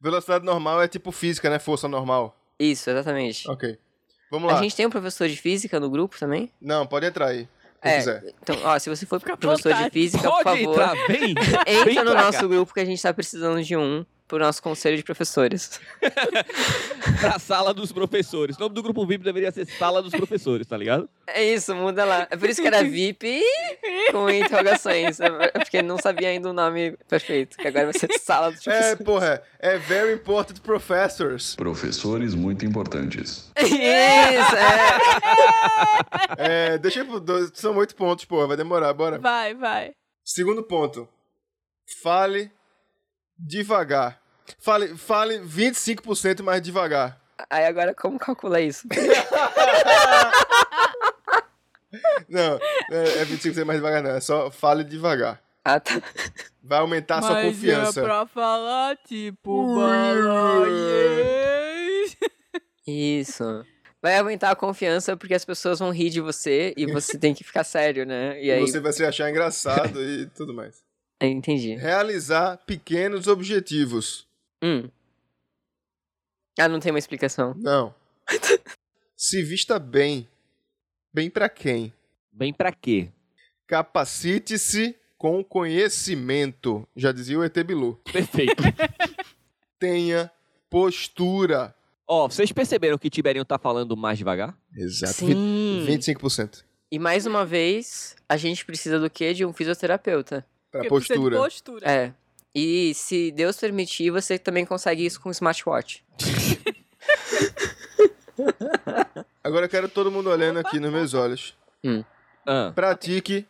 Velocidade normal é tipo física, né? Força normal.
Isso, exatamente.
Ok. Vamos lá.
A gente tem um professor de física no grupo também?
Não, pode entrar aí. Quem
É,
quiser.
então, ó, se você for professor de
Vontade.
física,
[laughs]
por
Pode
favor,
entrar [laughs] bem. bem
entra no
pra
nosso
cá.
grupo que a gente tá precisando de um pro nosso conselho de professores.
Pra sala dos professores. O nome do grupo VIP deveria ser Sala dos Professores, tá ligado?
É isso, muda lá. É por isso que era VIP com interrogações. é Porque não sabia ainda o nome perfeito. Que agora vai ser sala dos
É,
professores.
porra, é very important professors.
Professores muito importantes.
Isso, é.
É, deixa eu. dois- São oito pontos, porra, vai demorar, bora.
Vai, vai.
Segundo ponto. Fale devagar. Fale, fale 25% mais devagar.
Aí agora como calcula isso?
Não, é, é 25% mais devagar, não. É só fale devagar.
Ah, tá.
Vai aumentar a sua
Mas
confiança.
é pra falar, tipo,
Ui.
balanhês.
Isso. Vai aumentar a confiança porque as pessoas vão rir de você e você tem que ficar sério, né? E aí.
Você vai se achar engraçado e
[laughs]
tudo mais.
Entendi.
Realizar pequenos objetivos.
Hum. Ah, não tem uma explicação.
Não. se vista bem. Bem pra quem?
Bem pra quê?
Capacite-se com conhecimento. Já dizia o ET Bilu.
[laughs] Perfeito.
Tenha postura.
Ó, vocês perceberam que Tiberinho tá falando mais devagar?
Exato.
Hum.
Sim.
25%.
E mais uma vez, a gente precisa do quê? De um fisioterapeuta.
Pra
Porque precisa de
É postura.
postura.
É. E se Deus permitir, você também consegue isso com o smartwatch.
Agora eu quero todo mundo olhando aqui nos meus olhos.
Ah,
Pratique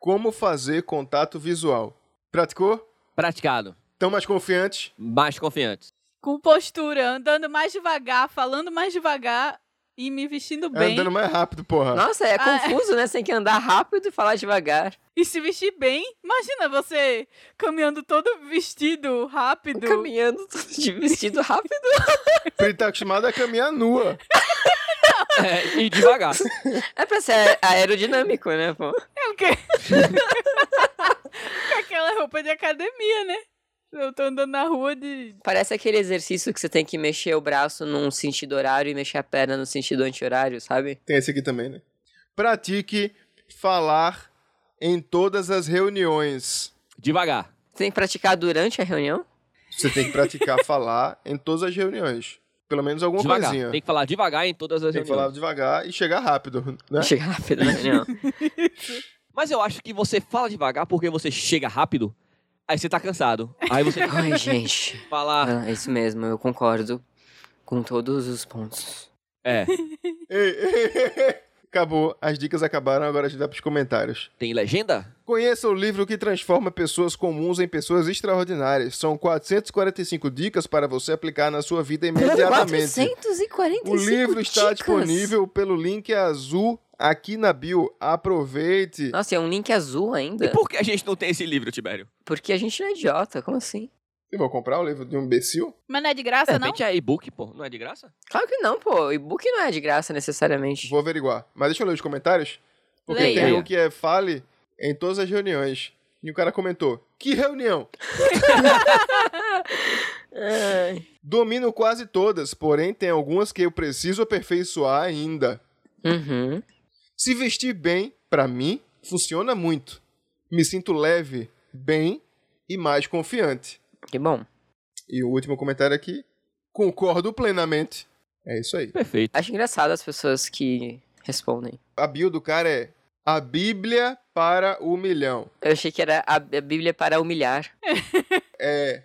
como fazer contato visual. Praticou?
praticado.
Estão mais confiantes?
Mais confiantes.
Com postura, andando mais devagar, falando mais devagar e me vestindo bem.
É, Andando mais rápido, porra.
Nossa, é
Ah, é.
confuso, né? Você tem que andar rápido e falar devagar.
E se vestir bem. Imagina você caminhando todo vestido, rápido.
[laughs] Caminhando todo de vestido rápido.
Ele tá acostumado a caminhar nua.
É, e devagar.
É pra ser aer- aerodinâmico, né, pô?
É o quê? [laughs] Com aquela roupa de academia, né? Eu tô andando na rua de.
Parece aquele exercício que você tem que mexer o braço num sentido horário e mexer a perna no sentido anti-horário, sabe?
Tem esse aqui também, né? Pratique falar em todas as reuniões.
Devagar.
Você tem que praticar durante a reunião?
Você tem
[laughs]
que praticar falar em todas as reuniões. Pelo menos alguma
devagar.
coisinha.
Tem que falar devagar em todas as
Tem que
reuniões.
falar devagar e chegar rápido,
[laughs]
né?
Chegar rápido na reunião.
Mas eu acho que você fala devagar porque você chega rápido, aí você tá cansado. Aí você [laughs] tem
Ai, gente.
que falar.
Ah, é isso mesmo, eu concordo com todos os pontos.
É,
Ei, ei, ei, ei. Acabou. As dicas acabaram, agora a gente vai pros comentários.
tem legenda?
Conheça o livro que transforma pessoas comuns em pessoas extraordinárias. São 445 dicas para você aplicar na sua vida imediatamente.
445
O livro está
dicas.
disponível pelo link azul aqui na bio. Aproveite.
Nossa, e é um link azul
E
ainda?
por que a gente não tem esse livro, Tibério?
Porque a gente não é idiota, como assim?
Eu vou comprar o livro de um imbecil?
Mas não é de graça, não?
repente é e-book, pô. Não é de graça?
Claro que não, pô. E-book não é de graça necessariamente.
Vou averiguar. Mas deixa eu ler os comentários. Porque
Leia.
tem um que é fale em todas as reuniões. E o cara comentou: Que reunião?
Ai.
Domino quase todas, porém tem algumas que eu preciso aperfeiçoar ainda.
Uhum.
Se vestir bem, pra mim, funciona muito. Me sinto leve, bem e mais confiante.
Que bom.
E o último comentário aqui: Concordo plenamente. É isso aí.
Perfeito.
Acho engraçado as pessoas que respondem.
A bio do cara é A Bíblia para o Milhão.
Eu achei que era a a Bíblia para humilhar.
É.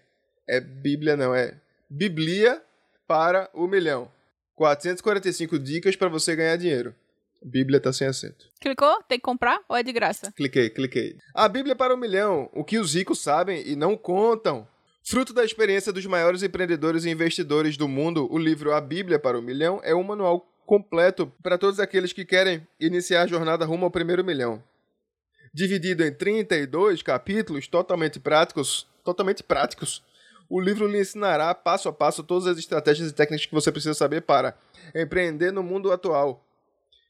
É Bíblia, não, é Biblia para o Milhão. 445 dicas pra você ganhar dinheiro. Bíblia tá sem acento.
Clicou? Tem que comprar ou é de graça?
Cliquei, cliquei. A Bíblia é para o Milhão, o que os ricos sabem e não contam. Fruto da experiência dos maiores empreendedores e investidores do mundo, o livro A Bíblia para o Milhão é um manual completo para todos aqueles que querem iniciar a jornada rumo ao primeiro milhão. Dividido em 32 capítulos totalmente práticos, totalmente práticos, o livro lhe ensinará passo a passo todas as estratégias e técnicas que você precisa saber para empreender no mundo atual,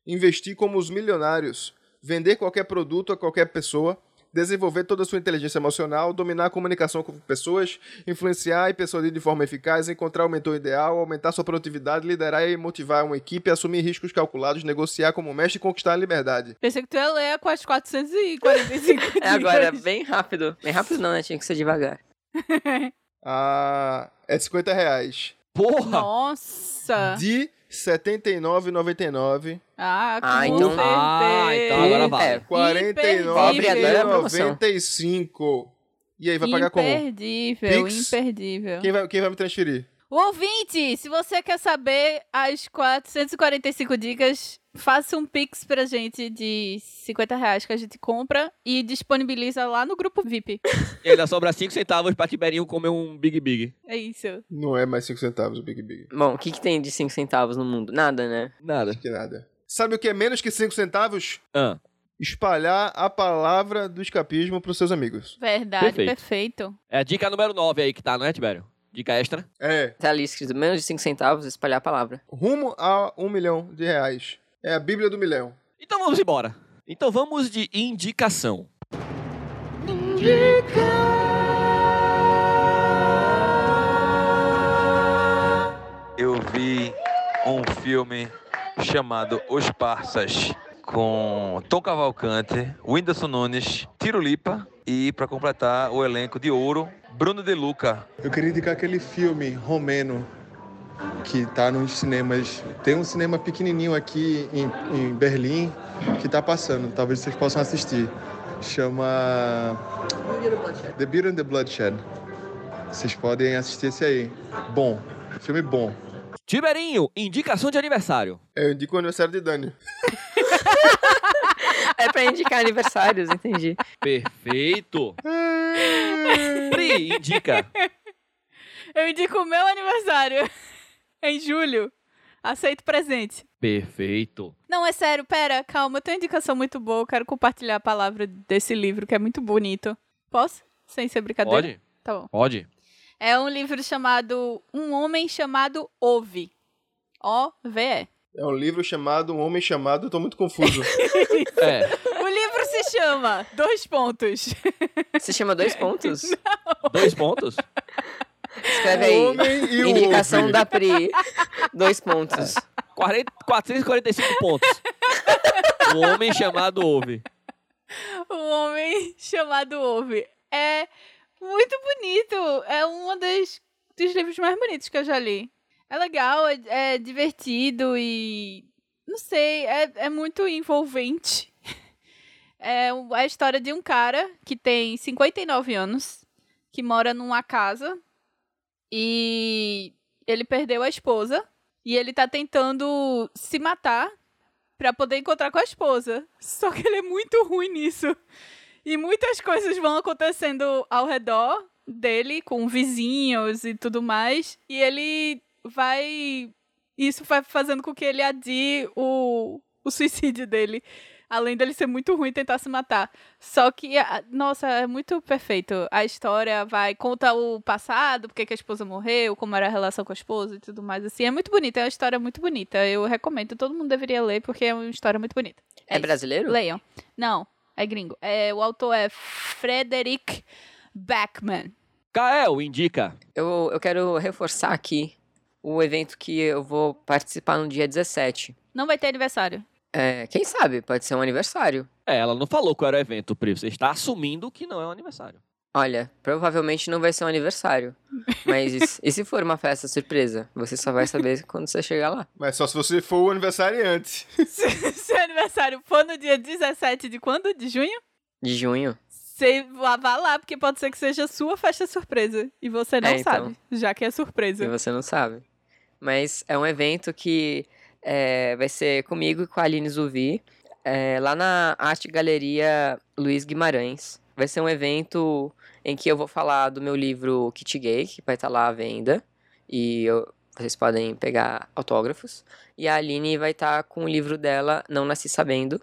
investir como os milionários, vender qualquer produto a qualquer pessoa, desenvolver toda a sua inteligência emocional, dominar a comunicação com pessoas, influenciar e persuadir de forma eficaz, encontrar o mentor ideal, aumentar sua produtividade, liderar e motivar uma equipe, assumir riscos calculados, negociar como mestre e conquistar a liberdade.
Pensei que tu ia ler com as 445
É
[laughs]
agora,
dicas.
bem rápido. Bem rápido não, né? Tinha que ser devagar.
Ah, é 50 reais.
Porra!
Nossa!
De R$ 79,99.
Ah, com
Ah, então-
certeza.
Ah, então agora vale.
É.
R$
Pobre,
adora a promoção.
49,95. E aí, vai pagar como?
Imperdível,
Pix?
imperdível.
Quem vai, quem vai me transferir?
O ouvinte, se você quer saber as 445 dicas, faça um pix pra gente de 50 reais que a gente compra e disponibiliza lá no grupo VIP.
E ainda sobra 5 centavos pra Tiberinho comer um Big Big.
É isso.
Não é mais 5 centavos o Big Big.
Bom, o que, que tem de 5 centavos no mundo? Nada, né?
Nada.
Que nada. Sabe o que é menos que 5 centavos?
Ah,
espalhar a palavra do escapismo para seus amigos.
Verdade,
Perfeito.
perfeito.
é a dica número 9 aí que tá, não é, Tibério? Dica extra.
É,
Tá ali escrito menos de 5 centavos, espalhar a palavra.
rumo a um milhão de reais. É a Bíblia do milhão.
Então vamos embora. Então vamos de indicação.
eu vi um filme chamado Os Parsas com Tom Cavalcante, Whindersson Nunes, Tiro Lipa e para completar o elenco de ouro, Bruno De Luca.
Eu queria indicar aquele filme romeno que tá nos cinemas. Tem um cinema pequenininho aqui em, em Berlim que tá passando. Talvez vocês possam assistir. Chama The Beauty and the Bloodshed. Vocês podem assistir esse aí. Bom, filme bom.
Tiberinho, indicação de aniversário.
Eu indico É o aniversário de Dani.
É pra indicar aniversários, entendi.
Perfeito. Pri, indica.
Eu indico o meu aniversário [laughs] em julho. Aceito presente.
Perfeito.
Não, é sério, pera, calma, eu tenho uma indicação muito boa, eu quero compartilhar a palavra desse livro que é muito bonito. Posso? Sem ser brincadeira?
Pode?
Tá bom.
Pode.
É um livro chamado Um Homem Chamado Ove. O-V-E.
É um livro chamado Um Homem Chamado, eu tô muito
[laughs]
confuso.
É. [laughs]
O livro se chama Dois Pontos.
Se chama dois pontos?
Dois pontos?
Escreve
o
aí.
Um homem e o
Indicação
ovo.
da Pri. Dois pontos.
40, 445 [laughs] pontos. O homem chamado ouve.
Um homem [laughs] chamado Ove. É muito bonito. É um dos, dos livros mais bonitos que eu já li. É legal, é, é divertido e. Não sei, é, é muito envolvente. [laughs] É um- a história de um cara que tem 59 anos, que mora numa casa e ele perdeu a esposa e ele tá tentando se matar pra poder encontrar com a esposa. [laughs] Só que ele é muito ruim nisso. E muitas coisas vão acontecendo ao redor dele, com vizinhos e tudo mais. E ele vai. Isso vai fazendo com que ele adie o, o suicídio dele Além dele ser muito ruim e tentar se matar. Só que, a- nossa, é muito perfeito. A história vai, conta o passado, porque que a esposa morreu, como era a relação com a esposa e tudo mais, assim. É muito bonita, é uma história muito bonita. Eu recomendo, todo mundo deveria ler, porque é uma história muito bonita.
É
isso.
brasileiro?
Leiam. Não, é gringo. É, o autor é Frederick Backman.
Kael, indica.
Eu, eu quero reforçar aqui o evento que eu vou participar no dia 17.
Não vai
[laughs]
ter aniversário.
É, quem sabe, pode ser um aniversário.
É, ela não falou qual era o evento, Pri. Você está assumindo que não é um aniversário.
Olha, provavelmente não vai ser um aniversário. Mas e se- e se for uma festa surpresa? Você só vai saber quando você chegar lá.
Mas só se você for o aniversariante.
Seu aniversário for no dia 17 de quando? De junho?
De junho.
Você vá vá lá, porque pode ser que seja sua festa surpresa. E você não
É, então.
sabe, já que é surpresa.
E você não sabe. Mas é um evento que é, vai ser comigo e com a Aline Zuvi, é, lá na Arte Galeria Luiz Guimarães. Vai ser um evento em que eu vou falar do meu livro Kit Gay, que vai estar lá à venda. E eu- vocês podem pegar autógrafos. E a Aline vai estar com o livro dela, Não Nasci Sabendo,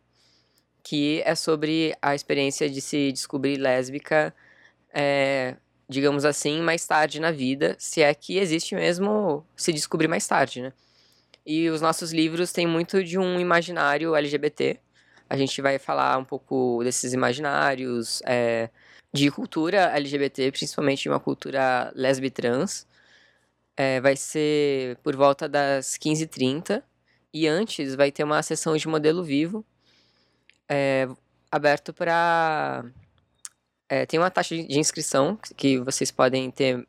que é sobre a experiência de se descobrir lésbica é, digamos assim, mais tarde na vida, se é que existe mesmo se descobrir mais tarde, né? E os nossos livros têm muito de um imaginário LGBT. A gente vai falar um pouco desses imaginários, é, de cultura LGBT, principalmente de uma cultura lesbi trans. É, vai ser por volta das 15h30. E antes vai ter uma sessão de modelo vivo, é, aberto para é, tem uma taxa de de inscrição que- que vocês podem ter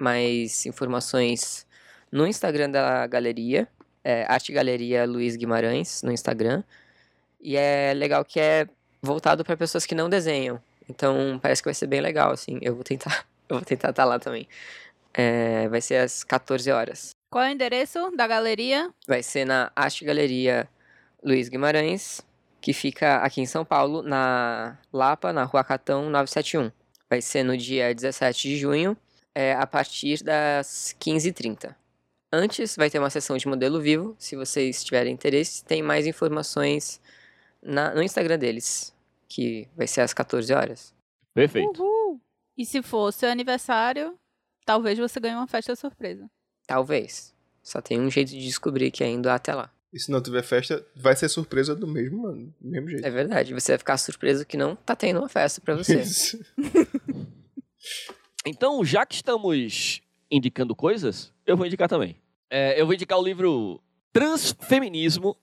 mais informações no Instagram da galeria, é, Arte Galeria Luiz Guimarães, no Instagram. E é legal que é voltado para pessoas que não desenham. Então parece que vai ser bem legal, assim. Eu vou tentar, [laughs] eu vou tentar estar lá também. É, vai ser às 14 horas.
Qual é o endereço da galeria?
Vai ser na Arte Galeria Luiz Guimarães, que fica aqui em São Paulo, na Lapa, na Rua Catão 971. Vai ser no dia 17 de junho, é, a partir das 15h30. Antes vai ter uma sessão de modelo vivo, se vocês tiverem interesse. Tem mais informações na- no Instagram deles, que vai ser às 14 horas.
Perfeito.
Uhul. E se for seu aniversário, talvez você ganhe uma festa surpresa.
Talvez. Só tem um jeito de descobrir que ainda há até lá.
E se não tiver festa, vai ser surpresa do mesmo, mano. Do mesmo jeito.
É verdade, você vai ficar surpreso que não tá tendo uma festa
[laughs]
pra você.
Então, já que estamos indicando coisas, eu vou indicar também. É, eu vou indicar o livro Transfeminismo,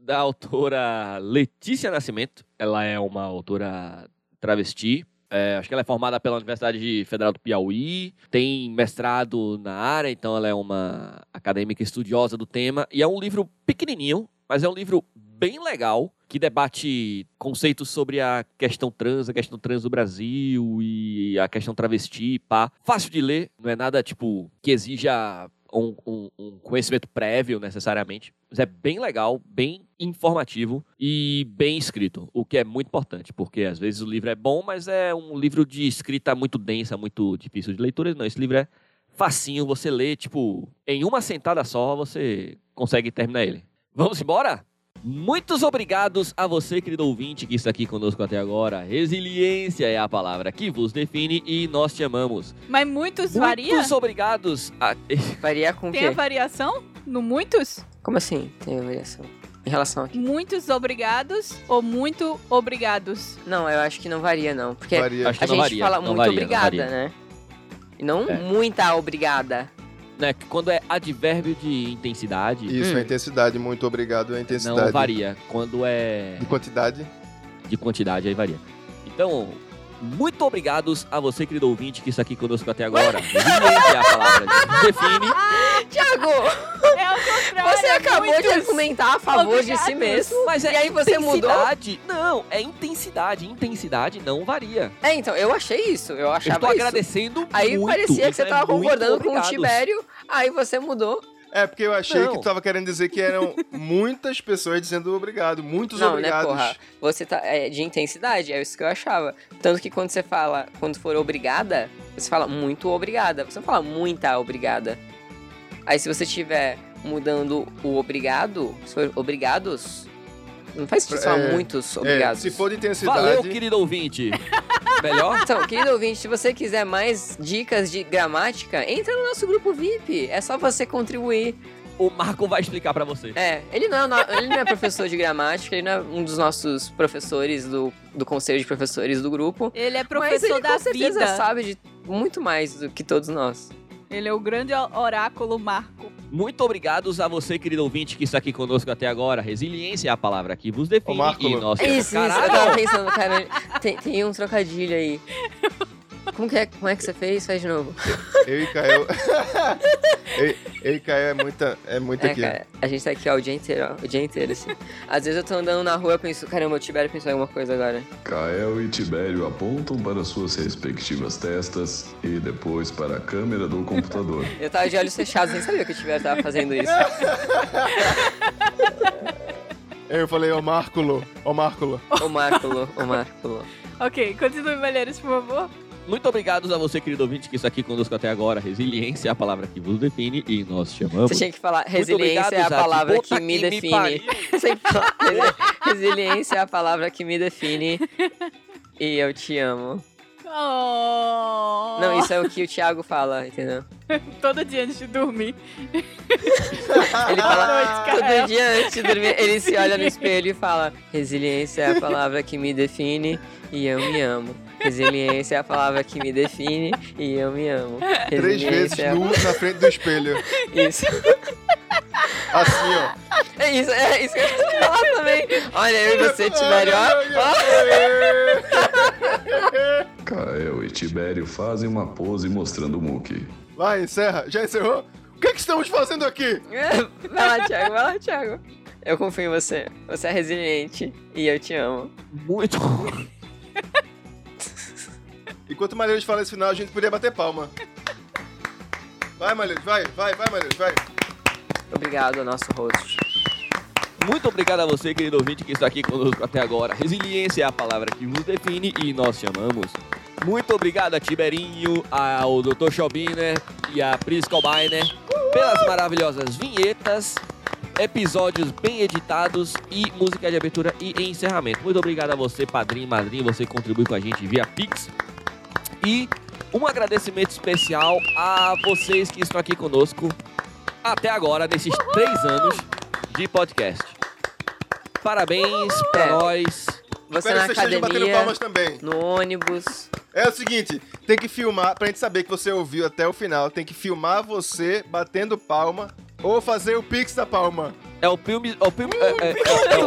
da autora Letícia Nascimento. Ela é uma autora travesti. É, acho que ela é formada pela Universidade Federal do Piauí, tem mestrado na área, então ela é uma acadêmica estudiosa do tema. E é um livro pequenininho, mas é um livro bem legal, que debate conceitos sobre a questão trans, a questão trans do Brasil e a questão travesti, pá. Fácil de ler, não é nada, tipo, que exija um, um- um conhecimento prévio, necessariamente. Mas é bem legal, bem informativo e bem escrito, o que é muito importante, porque às vezes o livro é bom, mas é um livro de escrita muito densa, muito difícil de leitura. Não, esse livro é facinho, você lê, tipo, em uma sentada só, você consegue terminar ele. Vamos embora? Muitos obrigados a você, querido ouvinte, que está aqui conosco até agora. Resiliência é a palavra que vos define e nós te amamos.
Mas muitos varia?
Muitos obrigados a...
Varia com o
Tem a
quê?
variação? No muitos?
Como assim tem variação? Em relação a quê?
Muitos obrigados ou muito obrigados?
Não, eu acho que não varia, não. Porque
Varia.
a
Acho que
gente
não varia,
fala
não
muito
varia, não
obrigada,
varia.
né? E não
É.
muita [laughs] obrigada.
né, que quando é advérbio de intensidade,
Isso, a intensidade. Muito obrigado, a intensidade.
Hum. não varia. Quando é
De quantidade.
de quantidade, aí varia. Então, muito obrigados a você, querido ouvinte, que está aqui conosco até
[laughs]
agora. Resiliência é a palavra que vos define
Tiago!
É o contrário.
Você acabou de argumentar a favor de si mesmo.
Mas é
e aí você mudou.
intensidade. Não, é intensidade. Intensidade não varia.
É, então, eu achei isso. Eu
Eu
achava
estou
isso.
agradecendo
Aí
muito.
parecia que
Isso
você
é
tava
muito
concordando com
obrigado.
o Tibério, aí você mudou.
É, porque eu achei
Não.
que tu tava querendo dizer que eram muitas pessoas dizendo obrigado. Muitos
não,
obrigados.
né, porra? Você tá. É de intensidade, é isso que eu achava. Tanto que quando você fala, quando for obrigada, você fala muito obrigada. Você não fala muita obrigada. Aí se você estiver mudando o obrigado, se for obrigados, Não faz sentido falar muitos obrigados.
É, se for de intensidade...
Valeu,
querido ouvinte. Melhor?
Então, querido ouvinte, se você quiser mais dicas de gramática, entra no nosso grupo VIP. É só você contribuir.
O Marco vai explicar pra você.
É, ele não é, o no- ele não é professor de gramática, ele não é um dos nossos professores do, do conselho de professores do grupo.
Ele é
mas
professor
ele
da
com certeza
vida.
sabe de muito mais do que todos nós.
Ele é o grande o- oráculo Marco.
Muito obrigados a você, querido ouvinte, que está aqui conosco até agora. Resiliência é a palavra que vos define. e nós
É isso, isso. Eu tava
Caralho!
pensando, cara, tem, tem um trocadilho aí. Como, que é, como é que você fez? Faz de novo.
Eu e Caio... [laughs] eu, eu e Caio é muita, é muita
É,
aqui.
cara, a gente tá aqui ó, o dia inteiro, ó, o dia inteiro, assim. Às vezes eu tô andando na rua e penso, caramba, o Tibério pensou em alguma coisa agora.
Kael e Tibério apontam para suas respectivas testas e depois para a câmera do computador.
Eu tava de olhos fechados, nem sabia que o Tibério tava fazendo isso.
Eu falei, ó Márculo, ó Márculo.
Ô Márculo, ô Márculo.
Ok, continue, Malheiros, por favor.
Muito obrigados a você, querido ouvinte, que está aqui conosco até agora. Resiliência é a palavra que vos define e nós chamamos.
Você tinha que falar,
Muito
resiliência
obrigado,
é a
Zaki.
palavra
Puta
que me
que me
define.
pariu.
[laughs] Você fala, resi- resiliência é a palavra que me define. E eu te amo.
Oh.
Não, isso é o que o Thiago fala, entendeu?
Todo dia antes de dormir.
Ele fala
[laughs]
"Ah,
Boa noite, Kael.
todo dia antes de dormir, ele se olha no espelho e fala: Resiliência é a palavra que me define e eu me amo. Resiliência é a palavra que me define e eu me amo.
Três vezes
Resiliência é a
nu na frente do espelho.
[laughs] Isso.
Assim, ó.
É isso, é isso que eu ia falar também. Olha, eu e [laughs] você, Tibério, ó.
Kael e Tibério fazem uma pose mostrando o Muki.
[laughs] Vai, encerra. Já encerrou? O que, é que estamos fazendo aqui?
ó. [laughs] Vai lá, Thiago, vai lá, Thiago. Eu confio em você. Você é resiliente e eu te amo.
Muito.
Enquanto o Malheiros fala esse final, a gente podia bater palma. Vai, Malheiros, vai, vai, vai, Malheiros, vai.
Obrigado ao nosso host.
Muito obrigado a você, querido ouvinte, que está aqui conosco até agora. Resiliência é a palavra que nos define e nós chamamos. Muito obrigado a Tiberinho, ao Dr. Schaubiner e a Pris Colbiner pelas maravilhosas vinhetas, episódios bem editados e música de abertura e encerramento. Muito obrigado a você, padrinho, madrinho, você contribui com a gente via Pix. E um agradecimento especial a vocês que estão aqui conosco até agora, nesses três anos de podcast. Parabéns pra nós.
Espero que vocês estejam batendo palmas também.
No ônibus.
É o seguinte, tem que filmar, pra gente saber que você ouviu até o final, tem que filmar você batendo palma ou fazer o pix da palma.
É o filme... É o filme... É, é- é- é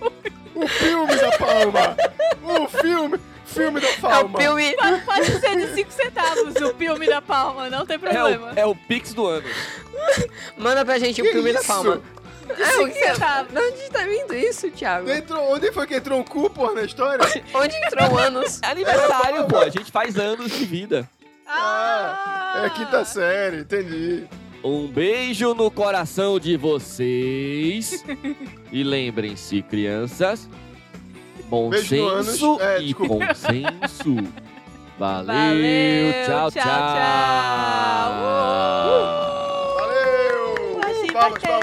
o-
O filme da palma! O filme! Filme da
É
palma!
Pa- Pode ser de 5 centavos o filme da palma, não tem problema.
é o Pix do ano.
Manda pra gente o
Que
filme da
isso?
palma. É, o que você
tá?
De onde tá vindo isso, Thiago?
Entrou, onde foi que entrou um cu, porra, na história?
onde entrou anos?
Aniversário, pô. A gente faz anos de vida.
É quinta série, entendi.
Um beijo no coração de
[laughs]
vocês. e lembrem-se, crianças, bom
Beijo no ânus.
senso
É,
e
desculpa.
consenso.
[laughs]
Valeu,
Valeu,
tchau,
tchau,
tchau.
tchau. Uh!
Valeu!
Achei
Palmas,
bacana.
palmas.